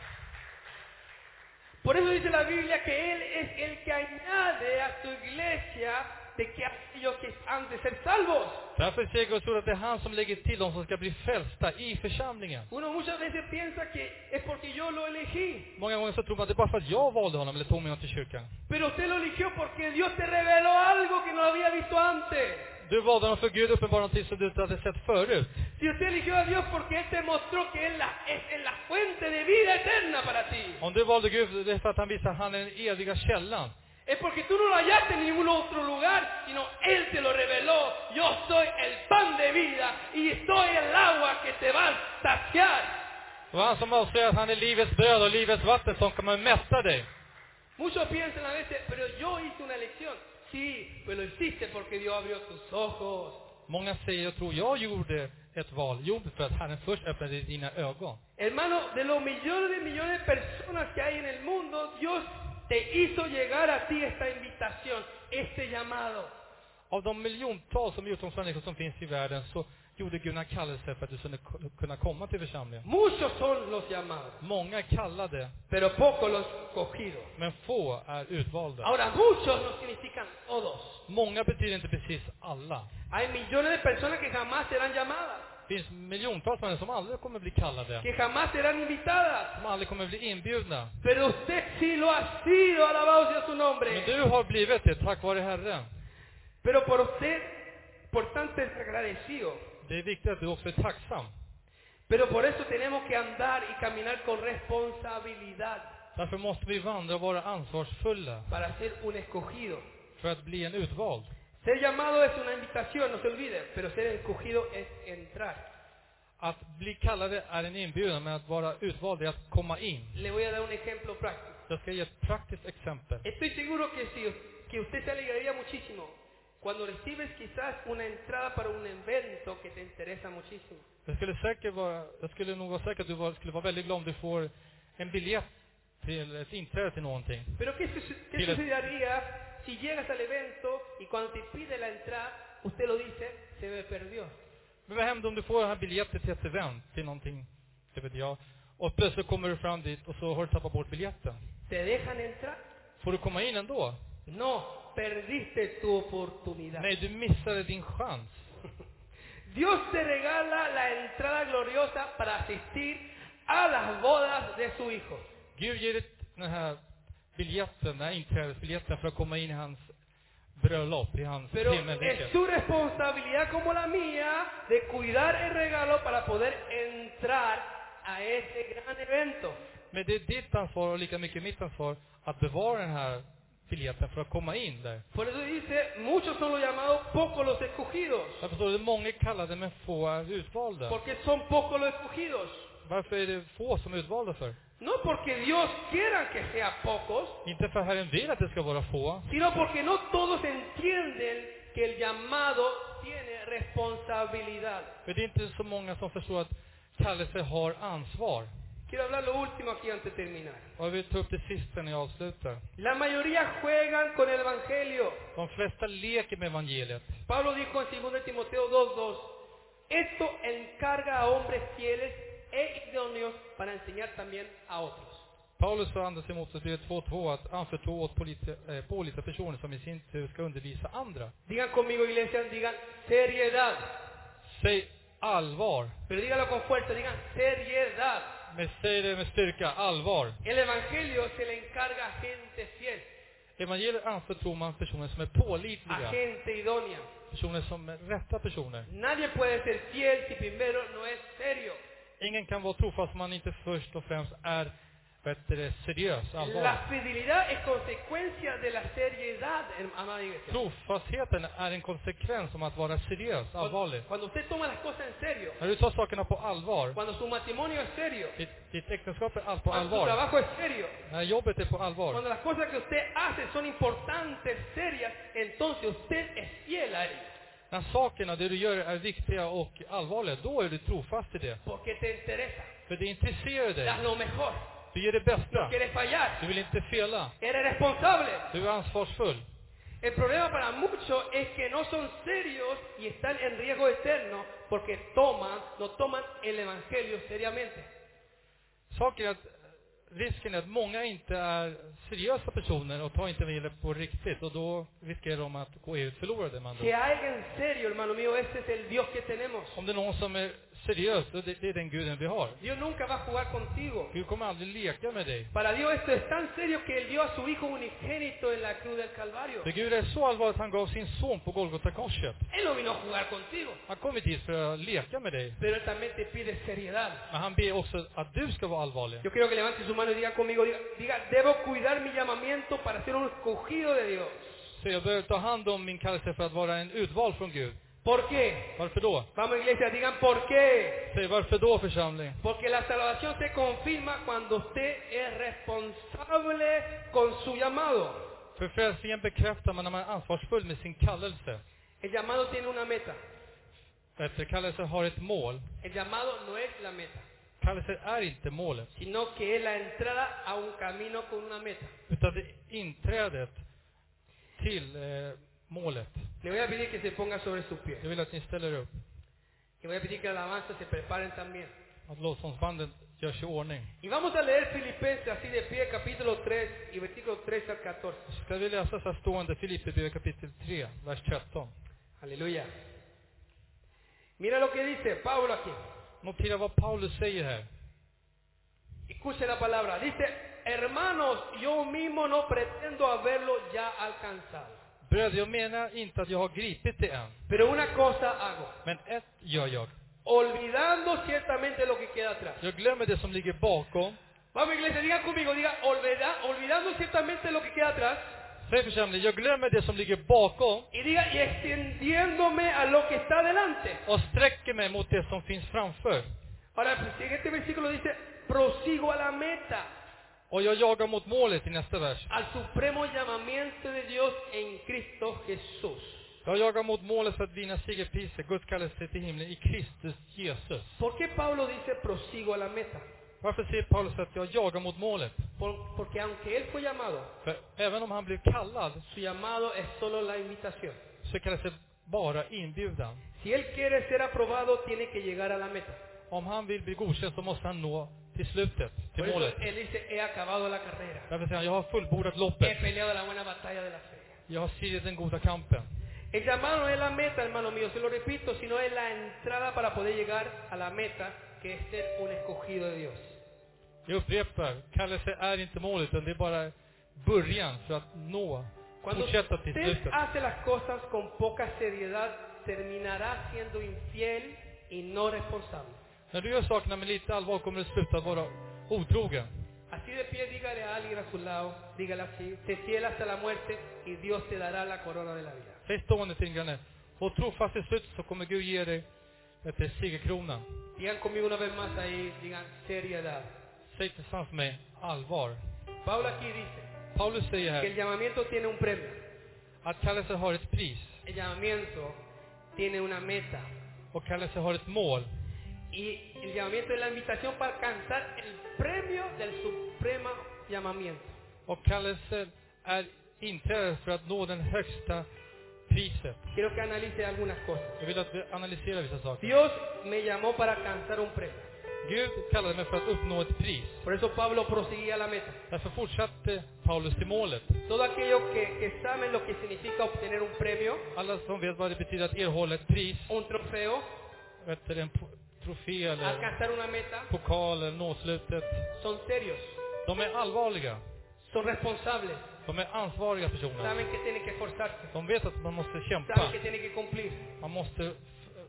Por eso dice la Biblia que Él es el que añade a su iglesia de que aquellos que han de ser salvos.
Därför säger Guds ord att det är han som lägger till dem som ska bli frälsta i församlingen.
Uno muchas veces piensa que es porque yo lo elegí,
Många gånger så tror man att det är bara för att jag valde honom eller tog mig till kyrkan.
pero usted lo eligió porque Dios te reveló algo que no había visto antes.
Du valde honom för Gud uppenbarade någonting som du inte hade sett förut.
Si usted eligió a Dios porque Él te mostró que Él la- es es la fuente de vida eterna para ti.
Om du valde Gud, det är för att han visar att han är den eviga källan.
Es porque tú no lo hallaste en ningún otro lugar, sino Él te lo reveló. Yo soy el pan de vida y soy el agua que te va a saciar.
Det var han som avslöjade att han är livets bröd och livets vatten som kommer mätta dig.
Muchos piensan a veces, pero yo hice una elección. Sí, pero lo hiciste porque Dios abrió tus ojos.
Många säger och tror jag gjorde ett val. Jo, för att Herren först öppnade dina ögon.
Hermano, de los millones de millones de personas que hay en el mundo, Dios te hizo llegar a ti esta invitación, este llamado.
Av de miljontals och miljontals människor som finns i världen så gjorde Gud en kallelse för att du skulle kunna komma till församlingen.
Muchos son los llamados,
Många är kallade,
pero pocos los cogidos.
men få är utvalda.
Ahora, muchos no significan todos.
Många betyder inte precis alla.
Hay millones de personas que jamás serán llamadas,
Det finns miljontals människor som aldrig kommer bli kallade,
que jamás serán invitadas.
som aldrig kommer bli inbjudna.
Pero usted sí lo ha sido, alabado sea su
Men
nombre.
du har blivit det tack vare Herren.
Pero por usted, por tanto es agradecido.
Det är viktigt att du också är tacksam.
Pero por eso tenemos que andar y caminar con responsabilidad
Därför måste vi vandra och vara ansvarsfulla
para ser un escogido.
för att bli en utvald.
Ser llamado es una invitación, no se olvide, pero ser escogido es entrar.
Att bli kallade är en inbjudan, men att vara utvald är att komma in.
Le voy a dar un ejemplo práctico.
Jag ska ge ett praktiskt exempel.
Estoy seguro que sí, que usted se alegraría muchísimo cuando recibes quizás una entrada para un evento que te interesa muchísimo.
Jag skulle, säkert vara, jag skulle nog vara säker att du var, skulle vara väldigt glad om du får en biljett till ett inträde till någonting.
Pero ¿qué, suce- qué
Sí, la-
sucedería si llegas al evento y cuando te pide la entrada, usted lo dice, se me perdió?
Men vad händer om du får den här biljetten till ett event, till någonting, det vet jag, och plötsligt kommer du fram dit och så har du tappat bort biljetten.
¿Te dejan entrar?
Får du komma in ändå?
No, perdiste tu oportunidad.
Nej, du missade din chans.
Dios te regala la entrada gloriosa para asistir a las bodas de su hijo.
Gud ger dig den här biljetten, den här inträdesbiljetten för att komma in i hans bröllop, i hans
Pero
himmelrike.
es su responsabilidad como la mía de cuidar el regalo para poder entrar a ese gran evento.
Men det är ditt ansvar och lika mycket mitt ansvar att bevara den här biljetten för att komma in där.
Por eso dice, muchos son los llamados, pocos los escogidos.
Jag förstår, det är många är kallade men få är utvalda.
Porque son pocos los escogidos.
Varför är det få som är utvalda för?
No porque Dios quiera que sea pocos,
Inte för Herren vill att det ska vara få,
sino porque no todos entienden que el llamado tiene responsabilidad.
för det är inte så många som förstår att kallelse har ansvar.
Quiero hablar lo último aquí antes de terminar.
Och jag vill ta upp det sista när jag avslutar.
La mayoría juegan con el Evangelio.
De flesta leker med evangeliet.
Pablo dijo en 2 Timoteo 2.2, esto encarga a hombres fieles e idóneos para enseñar también a otros.
Paulus och Anders i Mosebrevet 2.2 att anförtro åt politi- eh, pålitliga personer som i sin tur ska undervisa andra.
Digan conmigo, iglesia, digan seriedad.
Säg allvar.
Pero dígalo con fuerza, digan seriedad.
Men säg det med styrka, allvar.
El Evangelio se le encarga a gente fiel,
Evangeliet anförtror man personer som är
a
pålitliga.
gente idónea.
Personer som är rätta personer.
Nadie puede ser fiel si primero no es serio.
Ingen kan vara trofast om man inte först och främst är bättre seriös, allvarlig.
La fidelidad es consecuencia de la seriedad, herm- amada iglesia.
Trofastheten är en konsekvens om att vara seriös, allvarlig.
Cuando, cuando usted toma las cosas en serio,
När du tar sakerna på allvar,
cuando su matrimonio es serio,
ditt, ditt äktenskap är allt på
cuando su
allvar,
trabajo es serio,
när jobbet är på allvar,
cuando las cosas que usted hace son importantes, serias, entonces usted es fiel a ellas.
när sakerna, det du gör är viktiga och allvarliga, då är du trofast i det.
Porque te interesa,
För det intresserar
das
dig.
lo mejor,
Du gör det
no
bästa.
quieres fallar,
Du vill inte fela.
eres responsable.
Du är ansvarsfull.
El problema para muchos es que no son serios y están en riesgo eterno porque toman, no toman el evangelio seriamente.
Saken är att risken är att många inte är seriösa personer och tar inte med på riktigt och då riskerar de att gå ut förlorade man
Que
då.
alguien serio, hermano mío, ese es el Dios que tenemos.
Om det är någon som är seriös, då det, det är den guden vi har.
Dios nunca va a jugar contigo.
Gud kommer aldrig leka med dig.
Para Dios esto es tan serio que Él dio a su Hijo unigénito en la cruz del Calvario.
För Gud är så allvarlig att han gav sin son på Golgata-korset.
Él no vino a jugar contigo,
Han kom inte hit för att leka med dig.
pero Él también te pide seriedad.
Men han ber också att du ska vara allvarlig.
Yo quiero que levante su mano y diga conmigo, diga, diga, debo cuidar mi llamamiento para ser un escogido de Dios.
Så jag behöver ta hand om min kallelse för att vara en utvald från Gud.
¿Por qué?
Varför då?
Vamos iglesia, digan por qué.
Säg varför då församling?
Porque la salvación se confirma cuando usted es responsable con su llamado.
För frälsningen bekräftar man när man är ansvarsfull med sin kallelse.
El llamado tiene una meta.
Bättre kallelse har ett mål.
El llamado no es la meta,
Kallelse är inte målet,
sino que es la entrada a un camino con una meta.
utan det är inträdet till eh, målet.
Le voy a pedir que se ponga sobre sus pies.
Jag vill att ni ställer upp,
Y voy a pedir que la alabanza se preparen también.
att lovsångsbandet görs i ordning.
Y vamos a leer Filipenses así de pie, capítulo 3 y versículo 3 al 14.
Så ska vi läsa så här stående Filipperbrevet kapitel 3, vers 13.
Aleluya. Mira lo que dice Pablo aquí.
Notera vad Paulus säger här.
Escuche la palabra. Dice, hermanos, yo mismo no pretendo haberlo ya alcanzado.
Bröder, jag menar inte att jag har gripit det än,
Pero una cosa hago,
men ett gör jag.
olvidando ciertamente lo que queda atrás.
Jag glömmer det som ligger bakom.
Vamos iglesia, diga conmigo, diga, "Olvida- olvidando ciertamente lo que queda atrás.
Säg församlingen, jag glömmer det som ligger bakom
Y diga, y extendiéndome a lo que está delante.
och sträcker mig mot det som finns framför.
Ahora, pues, el siguiente este versículo dice, prosigo a la meta,
Och jag jagar mot målet i nästa vers.
al supremo llamamiento de Dios en Cristo Jesús.
Jag jagar mot målet för att vinna segerpriset, Guds kallelse till himlen i Kristus Jesus.
¿Por qué Pablo dice prosigo a la meta?
Varför säger Paulus att jag jagar mot målet?
Por- porque aunque él fue llamado,
För även om han blev kallad
Su llamado es solo la invitación.
så kallas det bara inbjudan.
Si él quiere ser aprobado, tiene que llegar a la meta.
Om han vill bli godkänd så måste han nå till slutet, till
Por eso
målet.
él dice, he acabado la carrera.
Därför säger han, jag har fullbordat
He
loppet.
peleado la buena batalla de la fe.
Jag har stridit den goda kampen.
El llamado no es la meta, hermano mío, se lo repito, sino es la entrada para poder llegar a la meta, que es ser un escogido de Dios.
Jag upprepar, kallelse är inte målet, utan det är bara början för att nå,
Cuando
fortsätta till
usted
slutet.
hace las cosas con poca seriedad, terminará siendo infiel y no responsable.
När du gör sakerna med lite allvar kommer du sluta vara otrogen.
Así de pie, dígale a alguien a su lado, dígale así, te fiel hasta la muerte y Dios te dará la corona de la vida.
Säg stående till din granne. Och tro fast i slutet så kommer Gud ge dig efter segerkrona.
Digan conmigo una vez más ahí, digan seriedad.
Säg tillsammans med mig, allvar.
Pablo aquí dice
Paulus säger
que el
här
llamamiento tiene un premio.
att kallelse har ett pris
El llamamiento tiene una meta.
och kallelse har ett mål.
Y el llamamiento es la invitación para alcanzar el premio del supremo llamamiento.
Och kallelse är inträde för att nå den högsta priset.
Quiero que analice algunas cosas.
Jag vill att vi analyserar vissa saker.
Dios me llamó para alcanzar un premio.
Gud kallade mig för att uppnå ett pris.
Por eso Pablo proseguía la meta.
Därför fortsatte Paulus till målet.
Todo aquello que, que saben lo que significa obtener un premio,
Alla som vet vad det betyder att erhålla ett pris,
un trofeo,
vet du, en po- trofé eller
alcanzar una meta,
pokal eller nå slutet.
son serios,
De är allvarliga.
son responsables,
De är ansvariga personer.
saben que tienen que esforzarse,
De vet att man måste
saben
kämpa.
que tienen que cumplir.
Man måste f-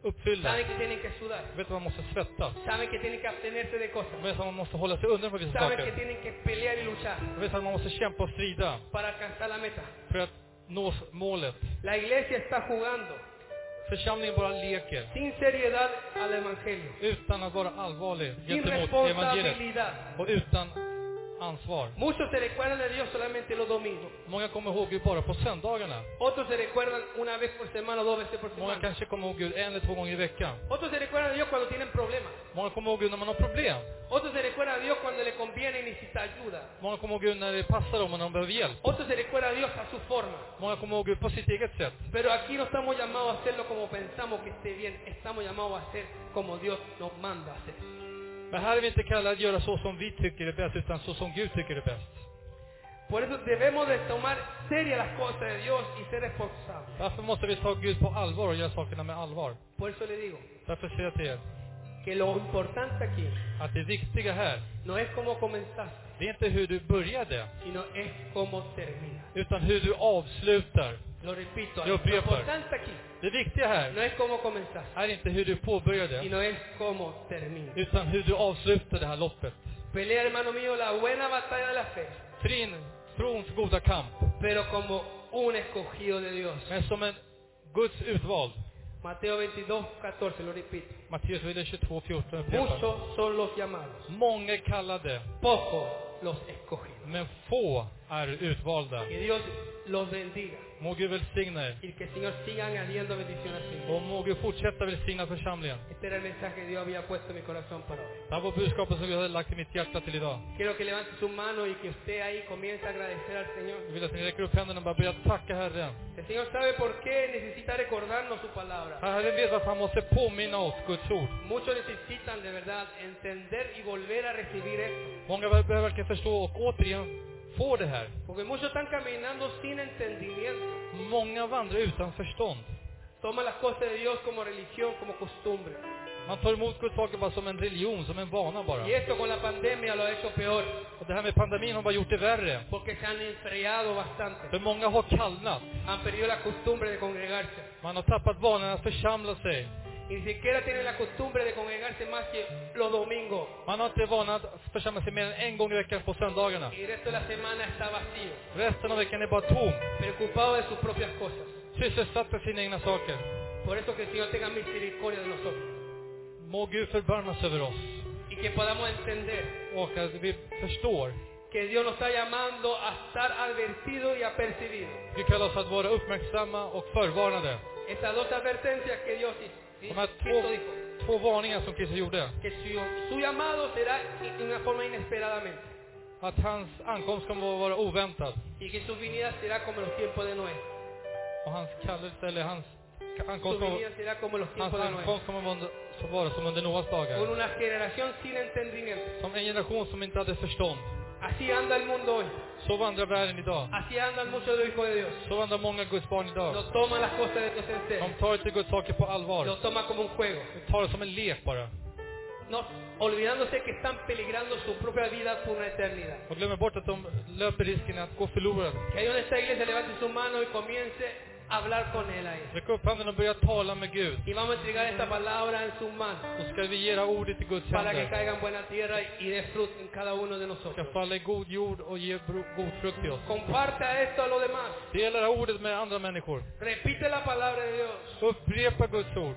uppfyllda.
Saben que tienen que sudar.
Vet du, man måste svettas.
Saben que tienen que abstenerse de cosas.
Vet du, man måste hålla sig undan från vissa
Saben que
saker.
tienen que pelear y luchar
Vet att man måste kämpa och strida
para alcanzar la meta.
för att nå målet.
La iglesia está jugando
Församlingen bara leker
sin seriedad al evangelio,
utan att vara allvarlig
sin
gentemot evangeliet
responsabilidad.
och utan ansvar.
Muchos se recuerdan de Dios solamente los domingos.
Många kommer ihåg Gud bara på söndagarna.
Otros se recuerdan una vez por semana o dos veces por
Många
semana.
kanske kommer ihåg Gud en eller två gånger i veckan.
Otros se recuerdan de Dios cuando tienen problemas.
Många kommer ihåg Gud när man har problem.
Otros se recuerdan a Dios cuando le conviene y necesita ayuda.
Många kommer ihåg Gud när det passar dem och när de behöver hjälp.
Otros se recuerdan a Dios a su forma.
Många kommer ihåg Gud på sitt eget sätt.
Pero aquí no estamos llamados a hacerlo como pensamos que esté bien. Estamos llamados a hacer como Dios nos manda a hacer.
Men här är vi inte kallade att göra så som vi tycker är bäst, utan så som Gud tycker är bäst.
Por eso debemos de tomar serias las cosas de Dios y ser responsables.
Därför måste vi ta Gud på allvar och göra sakerna med allvar.
Por eso le digo
Därför säger jag till er
que lo importante aquí
att det viktiga här,
no es cómo comenzaste,
det är inte hur du började,
sino es cómo terminas.
utan hur du avslutar.
Lo repito,
Yo,
lo
Pieper.
importante aquí
Det viktiga
no
här
es cómo comenzaste,
är inte hur du påbörjade,
sino es cómo terminas.
utan hur du avslutar det här loppet.
Pelea, hermano mío, la buena batalla de la fe,
Trin, trons goda kamp,
pero como un escogido de Dios.
men som en Guds utvald.
Mateo 22, 14, lo repito.
Matteus 22, 14 upprepar.
Muchos son los llamados,
Många är kallade,
pocos los escogidos.
men få är utvalda.
Que Dios los bendiga
Må Gud välsigna er.
y que el Señor siga añadiendo bendiciones a su vida.
Och må Gud fortsätta välsigna församlingen.
Este era el mensaje que Dios había puesto en mi corazón para hoy.
Det här var budskapet som Gud hade lagt i mitt hjärta till idag.
Quiero que levante su mano y que usted ahí comience a agradecer al Señor.
Jag vill att ni räcker upp händerna och bara börjar tacka Herren.
El Señor sabe por qué necesita recordarnos su palabra.
Herren vet att han måste påminna oss Guds ord.
Muchos necesitan de verdad entender y volver a recibir esto.
Många behöver verkligen förstå och återigen få det här.
Porque muchos están caminando sin entendimiento.
Många vandrar utan förstånd.
Toman las cosas de Dios como religión, como costumbre.
Man tar emot Guds saker bara som en religion, som en vana bara.
Y esto con la pandemia lo ha hecho peor.
Och det här med pandemin har bara gjort det värre.
Porque se han enfriado bastante.
För många har kallnat.
Han perdido la costumbre de congregarse.
Man har tappat vanan att församla sig.
Y ni siquiera tienen la costumbre de congregarse más que los domingos.
Man har inte vanan att församla sig mer än en gång i veckan på söndagarna.
Y el resto de la semana está vacío,
Resten av veckan är bara tom.
preocupado de sus propias cosas.
Sysselsatt med sina egna saker.
Por eso que el Señor tenga misericordia de nosotros.
Må Gud förbarmas över oss.
Y que podamos entender
Och att vi förstår.
que Dios nos está llamando a estar advertidos y apercibidos.
Gud kallar oss att vara uppmärksamma och förvarnade.
Estas dos advertencias que Dios
De
hizo,
här
¿sí? Cristo
två,
dijo,
två varningar som Kristus gjorde.
que su, su llamado será de una forma inesperadamente.
Att hans ankomst kommer att vara oväntad.
Y que su venida será como los tiempos de Noé.
Och hans kallelse, eller hans
Su
ankomst, kommer,
venida será como los
hans
tiempos de Noé.
ankomst kommer att vara under- så vara som under Noas
Con
dagar.
una generación sin entendimiento.
Som en generation som inte hade förstånd.
Así anda el mundo hoy.
Så vandrar världen idag.
Así andan muchos de los hijos de Dios.
Så vandrar många Guds barn idag.
No toman las cosas de Dios en serio.
De tar inte Guds saker på allvar.
lo toma como un juego,
De tar det som en lek bara.
no, olvidándose que están peligrando su propia vida por una eternidad.
Och glömmer bort att de löper risken att gå förlorade.
Que ahí donde esta iglesia levante su mano y comience a hablar con él ahí.
Räck upp handen och börja tala med Gud.
Y vamos a entregar esta palabra en sus manos
Då ska vi ge det här ordet till Guds
para que
händer.
caiga en buena tierra y dé fruto en cada uno de
ska
nosotros.
falla i god jord och ge bro- god frukt till oss.
Comparta esto a los demás.
Dela det här ordet med andra människor.
Repite la palabra de Dios.
Upprepa Guds ord.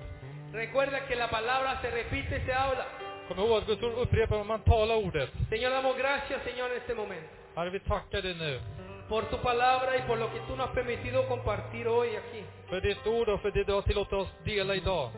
Recuerda que la palabra se repite y se habla.
Kom ihåg att Guds ord upprepar om man talar ordet.
Señor, damos gracias, Señor, en este momento.
Herre, vi tackar dig nu
Por tu palabra y por lo que tú nos has permitido compartir hoy aquí.
för ditt ord och för det du har tillåtit oss dela idag.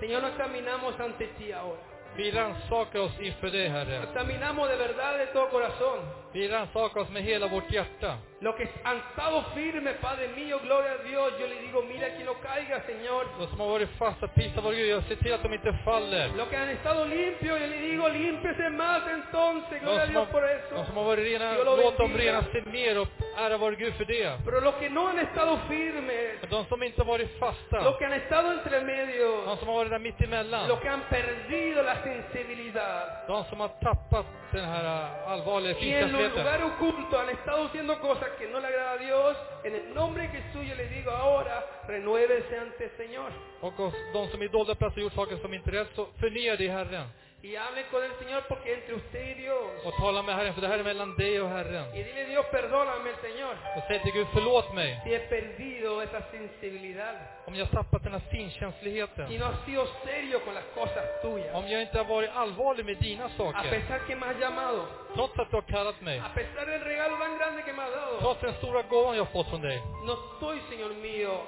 Señor, nos caminamos ante ti ahora.
Vi rannsakar oss inför dig,
Nos
Herre.
caminamos de verdad de todo corazón.
Vi rannsakar oss med hela vårt hjärta.
Los que han estado firmes, Padre mío, gloria a Dios, yo le digo, mira que no caiga, Señor.
De som har varit fasta, prisa vår Gud. Jag ser till att de inte faller.
Los que han estado limpios, yo le digo, límpiese más entonces, gloria
De
a
som
Dios
har,
por
de som
eso.
har varit rena, låt dem rena sig mer och ära vår Gud för det.
Pero los que no han estado firmes,
Men de som inte har varit fasta,
los que han estado entre medio,
de som har varit där mitt emellan,
los que han perdido la sensibilidad.
De som har tappat den här eh, allvarliga
Y en los
finkänsligheten.
lugares ocultos han estado haciendo cosas que no le agrada a Dios. En el nombre de Jesús yo le digo ahora, renuévese ante el Señor.
Och oss, de som i dolda platser gjort saker som inte är rätt, så förnya det i Herren.
Y hable con el Señor porque entre usted y Dios.
Och tala med Herren, för det här är mellan dig och Herren.
Y dile Dios, perdóname Señor.
Och säg till Gud, förlåt mig
Si he perdido esa sensibilidad.
om jag tappat den här
Y
finkänsligheten.
no he sido serio con las cosas tuyas.
Om jag inte har varit allvarlig med dina
A
saker,
pesar que me has llamado.
trots att du har kallat mig,
A pesar del regalo tan grande que me has dado.
trots den stora gåvan jag fått från dig,
No estoy, Señor mío,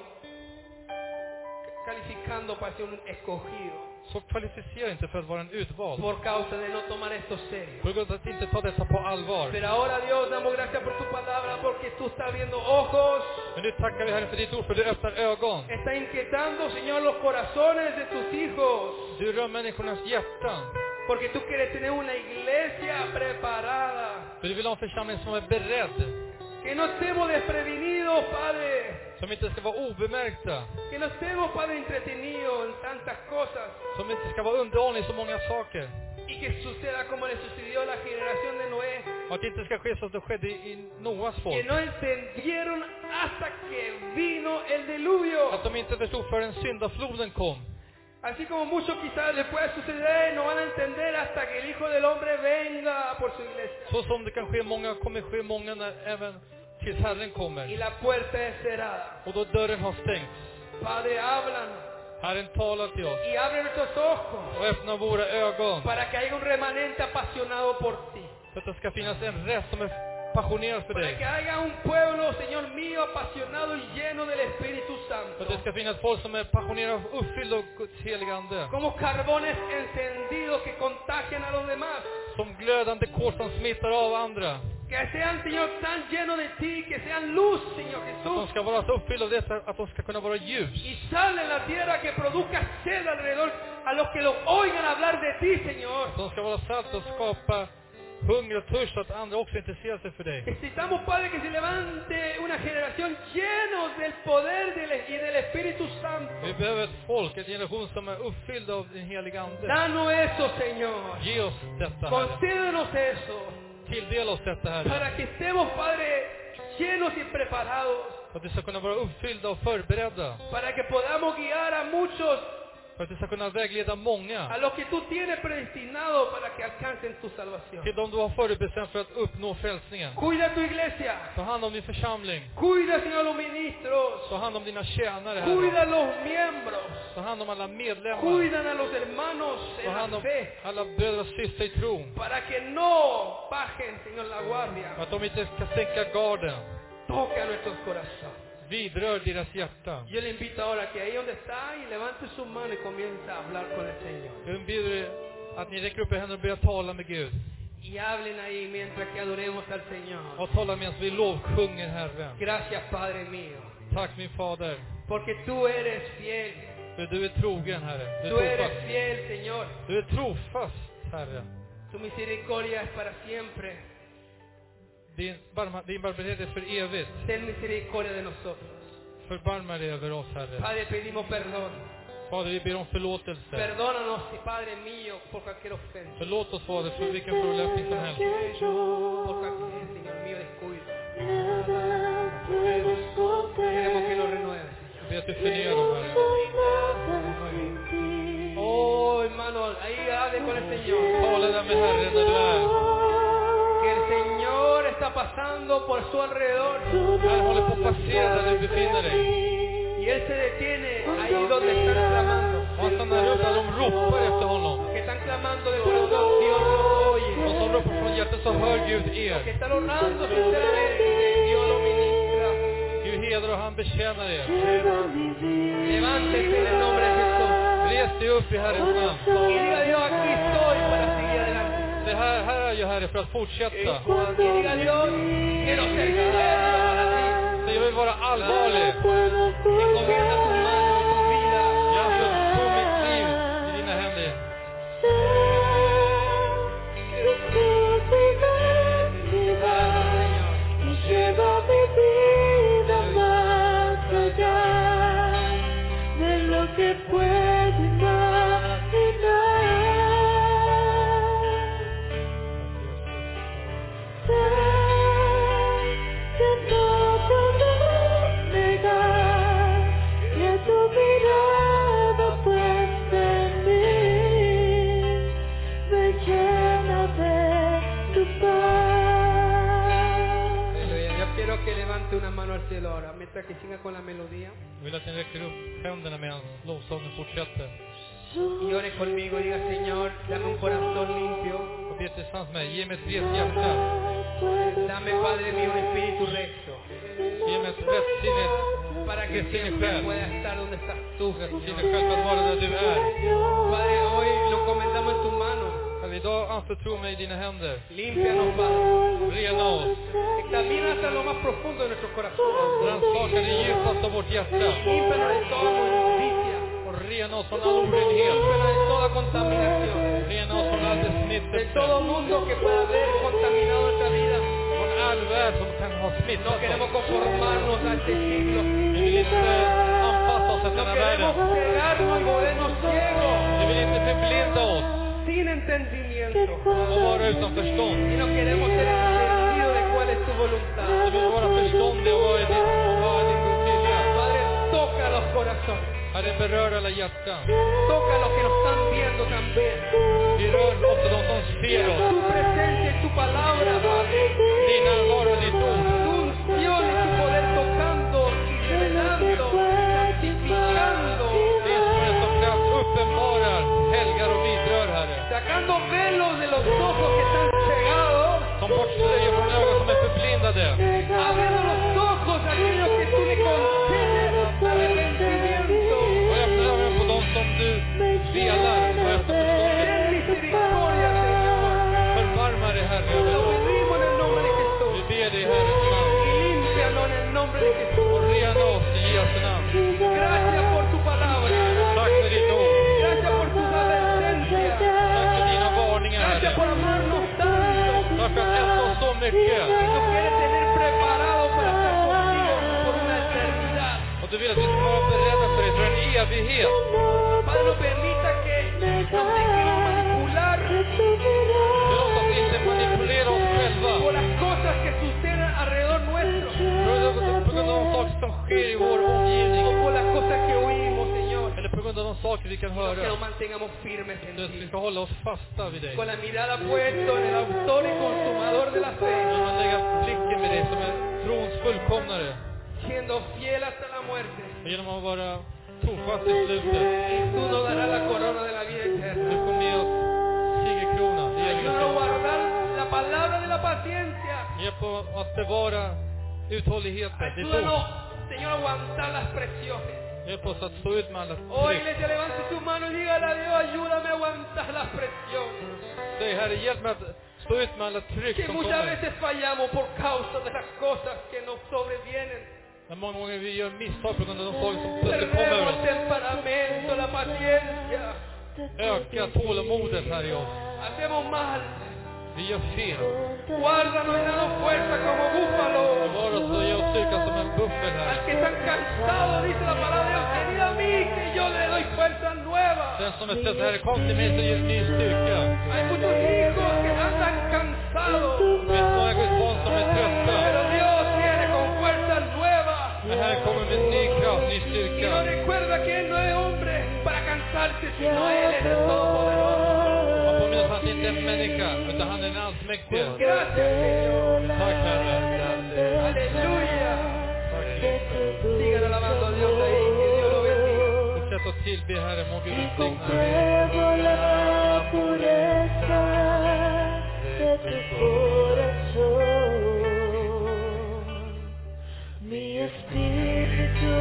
calificando para ser un escogido.
så kvalificerar jag inte för att vara en utvald.
Por causa de no tomar esto serio.
På grund av att inte ta detta på allvar.
Pero ahora Dios, damos gracias por tu palabra porque tú estás abriendo ojos,
Men nu tackar vi Herren för ditt ord, för du öppnar ögon.
está inquietando, Señor, los corazones de tus hijos,
Du rör människornas hjärtan.
porque tú quieres tener una iglesia preparada,
För du vill ha en församling som är beredd.
que no estemos desprevenidos, Padre,
Som inte ska vara obemärkta.
que no estemos, Padre, entretenidos en tantas cosas
Som inte ska vara underordnad i så många saker.
y que suceda como le sucedió a la generación de Noé,
Och att det inte ska ske som det skedde i Noas
que
folk.
no entendieron hasta que vino el
Att
diluvio,
de inte förstod förrän syndafloden kom.
así como muchos quizás les pueda suceder, no van a entender hasta que el Hijo del Hombre venga por su iglesia.
Så som det kan ske många, kommer ske många när, även tills Herren
y
kommer.
la puerta es cerrada.
Och då dörren har stängts.
Padre, háblanos
Herren talar till oss
y abre nuestros ojos
och öppnar våra ögon.
para que haya un remanente apasionado por ti.
För att det ska finnas en rest som är passionerad för
Para que
dig.
haya un pueblo, Señor mío, apasionado y lleno del Espíritu
För
Santo.
att det ska finnas folk som är passionerade och uppfyllda av Guds heliga Ande.
Como carbones encendidos que contagian a los demás.
Som glödande kol som smittar av andra.
Que sean, Señor, tan llenos de ti, que sean luz, Señor
Att de
Jesús.
ska vara så uppfyllda av detta att de ska kunna vara ljus.
Y sal en la tierra que produzca sed alrededor a los que lo oigan hablar de ti, Señor.
Att de ska vara salt och skapa hunger och törst så att andra också intresserar sig för dig.
Necesitamos, Padre, que se levante una generación llena del poder del- e- y del Espíritu
Vi
Santo.
behöver ett folk, en generation som är uppfylld av din heliga Ande.
Danos eso, Señor.
Ge oss detta Herre.
Concédenos eso.
Tilldela oss detta Herre.
Para que estemos, Padre, llenos y preparados.
För att vi ska kunna vara uppfyllda och förberedda.
Para que podamos guiar a muchos
För att vi ska kunna vägleda
a
många
los que tú tienes predestinado para que alcancen tu salvación.
till de du har förutbestämt för att uppnå frälsningen.
Cuida tu iglesia.
Ta hand om din församling.
Cuida, Señor, los ministros.
Ta hand om dina tjänare
Cuida
Herre.
a los miembros.
Ta hand om alla medlemmar.
Cuidan a los hermanos
Ta
en
hand
la
om
fe.
alla bröder och systrar i tron.
Para que no bajen, Señor, la guardia.
Att de inte ska sänka garden.
Toca nuestros corazones.
Vidrör deras hjärta.
Yo le invito ahora que ahí donde está y levante su mano y comienza a hablar con el Señor.
Jag inbjuder er att ni räcker upp er händer och börjar tala med Gud.
Y hablen ahí mientras que adoremos al Señor.
Och tala medan vi lovsjunger Herren.
Gracias, Padre mío.
Tack min Fader.
Porque tú eres fiel.
För du är trogen Herre. Du
Tú
är
eres
trofast.
fiel, Señor.
Du är trofast Herre.
Tu misericordia es para siempre.
Din, barma, din barmhärtighet är för evigt.
Ten misericordia de nosotros.
Förbarma dig över oss Herre.
Padre, pedimos perdón.
Fader vi ber om förlåtelse.
Perdónanos, Padre mío, por cualquier ofensa.
Förlåt oss Fader för vilken förolämpning som helst.
Por cualquier, Señor mío, descuido. Queremos que nos renueves, Señor.
Jag ber att du förnyar dem Herre.
Oh, hermano, ahí hable con el Señor.
Tala där med Herren när du är.
Que el Señor está pasando por su alrededor
Herren håller på att passera där du befinner dig.
y Él se detiene ahí donde están
Och
clamando.
han stannar upp där de ropar efter honom.
Que están clamando de corazón, Dios los
De
oye.
som ropar från hjärtat så hör Gud
Que
er.
están orando sinceramente, Dios lo ministra.
Gud hedrar och han betjänar er.
Levántese en el nombre de Jesús.
Res dig upp i Herrens namn.
Y diga Dios, aquí estoy para seguir adelante.
Det här, här är jag Herre för att fortsätta.
Y diga Dios, quiero ser sincero para ti.
Så jag vill vara allvarlig.
Encomienda tu mano y tu vida.
Jag anförtror mitt liv i dina händer.
Señor.
De lo que puedo imaginar.
gusta que siga con la melodía?
Jag vill att ni räcker upp händerna medan lovsången fortsätter.
Y ore conmigo y diga, Señor, dame un corazón limpio.
Och be tillsammans med mig. Ge mig ett rent hjärta.
Dame, Padre mío, un espíritu recto.
Ge mig ett rättsinnigt,
Para que
rättsinnig
siempre
själ.
pueda estar donde estás tú,
Rättsinnig
Señor.
själ för att vara där du är.
Padre, hoy lo comendamos en tus manos.
Herre, idag anförtro mig dina händer.
Límpianos, Padre.
Rena oss.
Examina hasta lo más profundo de nuestros corazones.
Rannsaka det djupaste av vårt hjärta.
Límpianos de toda injusticia.
Och rena oss från all orenhet.
Límpianos de toda contaminación.
Rena oss från all
De
besmittelse.
todo mundo que pueda haber contaminado nuestra vida.
Från all värld som kan ha smittat
No queremos
oss.
conformarnos a este siglo.
Vi vill inte anpassa oss efter den
No
här
queremos
världen.
cegarnos y volvernos ciegos
Vi vill inte förblinda oss
sin entendimiento.
och vara utan förstånd.
Y no queremos ser entendidos de cuál es tu
Vi
voluntad.
vill vara förståndiga och vara i din, vara i din vilja.
Padre, toca los corazones.
Herre, berör alla hjärtan.
Toca los que nos están viendo también.
Berör också de som ser oss.
Tu presencia y tu palabra, Padre.
Din närvaro och ditt ord.
Tu unción y tu poder tocando y revelando, santificando.
Det är som en som kraft uppenbarar, helgar och vidrör, Herre.
Sacando velos de los ojos que están cegados.
Som bortslöjor från ögon som är förblindade.
Abriendo los ojos a aquellos que tú le concedes arrepentimiento.
Och öppnar ögonen på dem som du delar och efter förståndet.
Ten misericordia, Señor.
Förbarma dig, Herre, över
Lo
dem.
pedimos en el nombre de
Vi
Jesús.
ber dig, Herrens namn.
Y límpianos en el nombre de
Och
Jesús.
rena oss i Jesu namn.
Gracias por tu palabra.
Tack för ditt ord.
Gracias por tus advertencias.
Tack för dina varningar,
Gracias
Herre.
por amarnos tanto.
Tack för att älska oss så mycket.
Y nos quieres tener preparados para estar contigo por una eternidad.
Och du vill att vi ska vara beredda för dig för en evighet.
Padre, no permita que nos dejemos manipular
Låt oss inte manipulera oss
por
själva.
las cosas que suceden alrededor nuestro
På grund av de saker som sker i vår omgivning.
o por las cosas que oímos, Señor.
Eller på grund av de saker vi kan
Que nos
höra.
mantengamos firmes en
Du, vi
ti.
ska hålla oss fasta vid dig.
Con la mirada puesta en el autor y consumador de la
Vi
fe,
ska lägga blicken vid dig som en trons fullkomnare.
siendo fiel hasta la muerte.
Och genom att vara trofast i slutet.
Y tú nos darás la corona de la vida
Du
eterna.
får med oss segerkronan. Det gäller
Ayúdanos a
oss.
guardar la palabra de la paciencia.
Hjälp oss att bevara uthålligheten. Ditt ord.
Ayúdanos, Señor, a aguantar las presiones.
Hjälp oss att stå ut med alla
Oh,
tryck.
iglesia, levante su mano y dígale a Dios, ayúdame a aguantar las presiones.
Säg Herre, hjälp mig att stå ut med alla tryck
Que
som
muchas
kommer.
veces fallamos por causa de las cosas que nos sobrevienen.
Men många gånger vi gör misstag på grund av de saker som plötsligt kommer
Perdemos el
över oss.
temperamento, la paciencia.
Öka tålamodet här i oss.
Hacemos mal.
Vi gör fel.
Guárdanos y danos fuerza como búfalo.
Bevara oss och ge oss styrka som en buffel
Al
här.
que está cansado, dice la palabra de Dios, venid a mí que yo le doy fuerzas nuevas.
Den som är trött, Herre, kom till mig så ger du ny styrka.
Hay muchos hijos que andan cansados,
Det finns många Guds barn som är trötta.
pero Dios viene con fuerzas nuevas.
Men Herre kommer med ny kraft, ny
Y nos
styrka.
recuerda que Él no es hombre para cansarse, sino Él es el Todopoderoso.
Han påminner oss att han inte är en människa, utan han är en allsmäktig.
Gracias, Señor.
Tack Herre.
Aleluya.
Tack.
Sigan alabando a Dios ahí, que Dios lo bendiga.
Fortsätt att tillbe Herre, må Gud välsigna dig.
Compruebo la pureza de tu corazón. Mi espíritu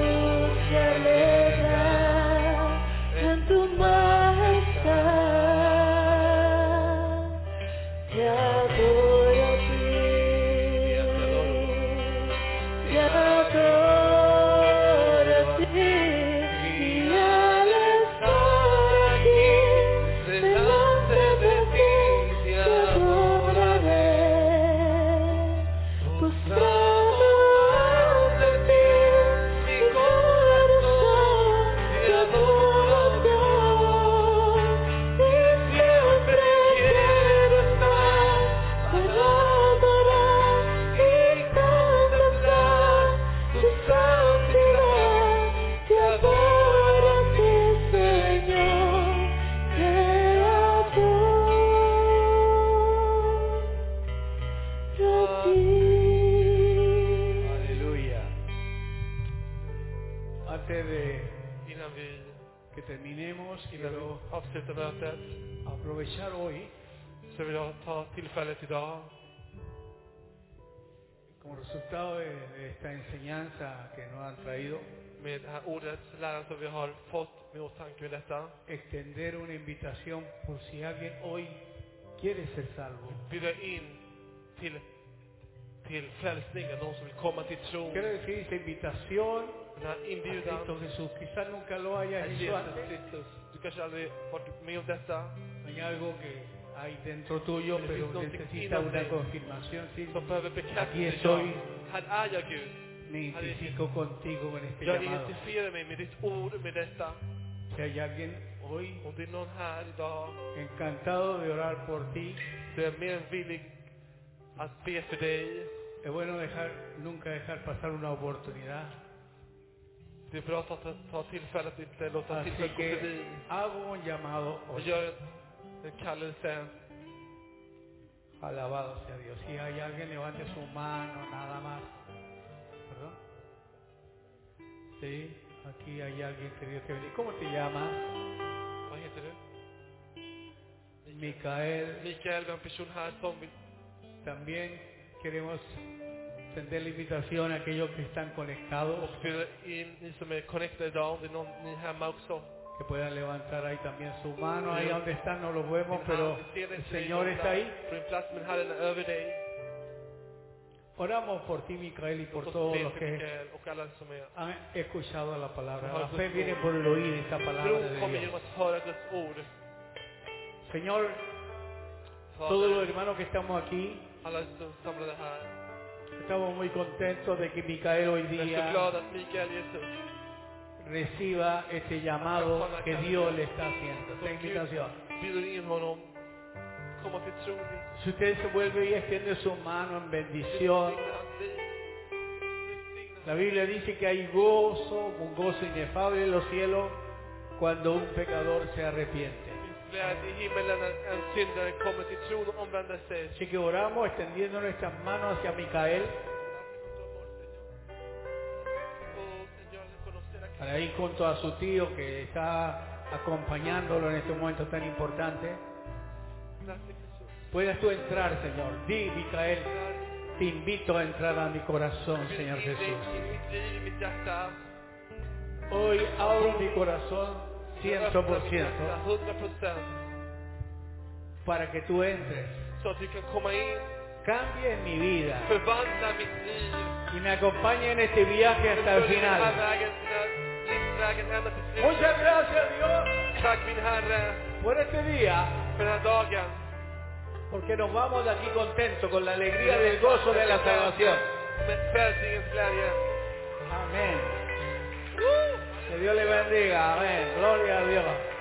se alegra en tu majestad. Te adoro a ti. Te adoro a ti. Y al estar aquí, delante de
terminemos,
Innan
quiero
vi avslutar mötet
aprovechar hoy
så vill jag ta tillfället idag
como resultado de, de esta enseñanza que nos han traído,
med det här ordet, läran som vi har fått med åtanke med detta.
extender una invitación por si alguien hoy quiere ser salvo.
Bjuda in till, till frälsningen, de som vill komma till tron.
Quiero decir, esta invitación
Den här
a Cristo
inbjudan
Jesús, quizás nunca lo hayas
är
hecho
Jesus
antes.
Kristus. Du kanske aldrig varit med om detta,
Hay algo que hay dentro tuyo,
Pero
pero
Cristo te
necesita una
quiere.
confirmación. Sí, ah,
som behöver
Aquí
bekräftelse
estoy.
idag. Här är jag Gud.
me identifico contigo con este
Jag
llamado.
identifierar mig med ditt ord, med detta.
Si hay alguien hoy
Om det är någon här idag
encantado de orar por ti,
så är jag mer än villig att be för dig.
es bueno dejar, nunca dejar pasar una oportunidad.
Det är bra att ta, ta tillfället att inte låta
Así
tillfället gå förbi.
que hago un llamado
Och
hoy.
gör en, en kallelse.
Alabado sea Dios. Si hay alguien, levante su mano, nada más. ¿Perdón? Sí, aquí hay alguien que Dios te bendiga. ¿Cómo te llamas?
Vad heter du?
Micael.
Mikael, vi har en person här som vill...
También queremos extender la invitación a aquellos que están conectados,
Och bjuda in ni som är connectade idag, om det är någon ni är hemma också.
que puedan levantar ahí también su mano. Ahí donde están no los vemos, pero el Señor está ahí.
På din plats, men Herren är över dig.
Oramos por ti, Micael, y por
Och
todos
be
los
för
que
Mikael och alla som är...
han escuchado la palabra.
Ojalá
La
sus
fe
ojos.
viene por el oír esta palabra
Tro
de
kommer
Dios.
genom att höra Guds ord.
Señor, todos los
Fader,
hermanos que estamos aquí,
alla som samlade här.
estamos muy contentos de que Micael hoy
Jag är så glad
día
att Mikael Jesus,
reciba este llamado que Dios le está haciendo, esta
som
invitación.
Gud bjuder in honom, komma till tron.
Si usted se vuelve y extiende su mano en bendición, la Biblia dice que hay gozo, un gozo inefable en los cielos cuando un pecador se arrepiente.
Glädje i himmelen när en syndare kommer till tron och omvänder sig.
Así que oramos extendiendo nuestras manos hacia Micael para ir junto a su tío que está acompañándolo en este momento tan importante. Puedas tú entrar, Señor. Di, Micael, te invito a entrar a mi corazón, Señor Jesús. Hoy abro mi corazón 100%
100%
para que tú entres.
så att du kan komma in,
Cambie mi vida
förvandla mitt liv.
y me acompañe en este viaje hasta el
Följ den här
final.
vägen, den här livsvägen ända till slutet.
Muchas gracias, Dios,
Tack min Herre
por este día,
för den här dagen.
porque nos vamos de aquí contentos con la alegría del gozo de la salvación.
Med frälsningens glädje.
Amén. Que Dios le bendiga. Amén. Gloria a Dios.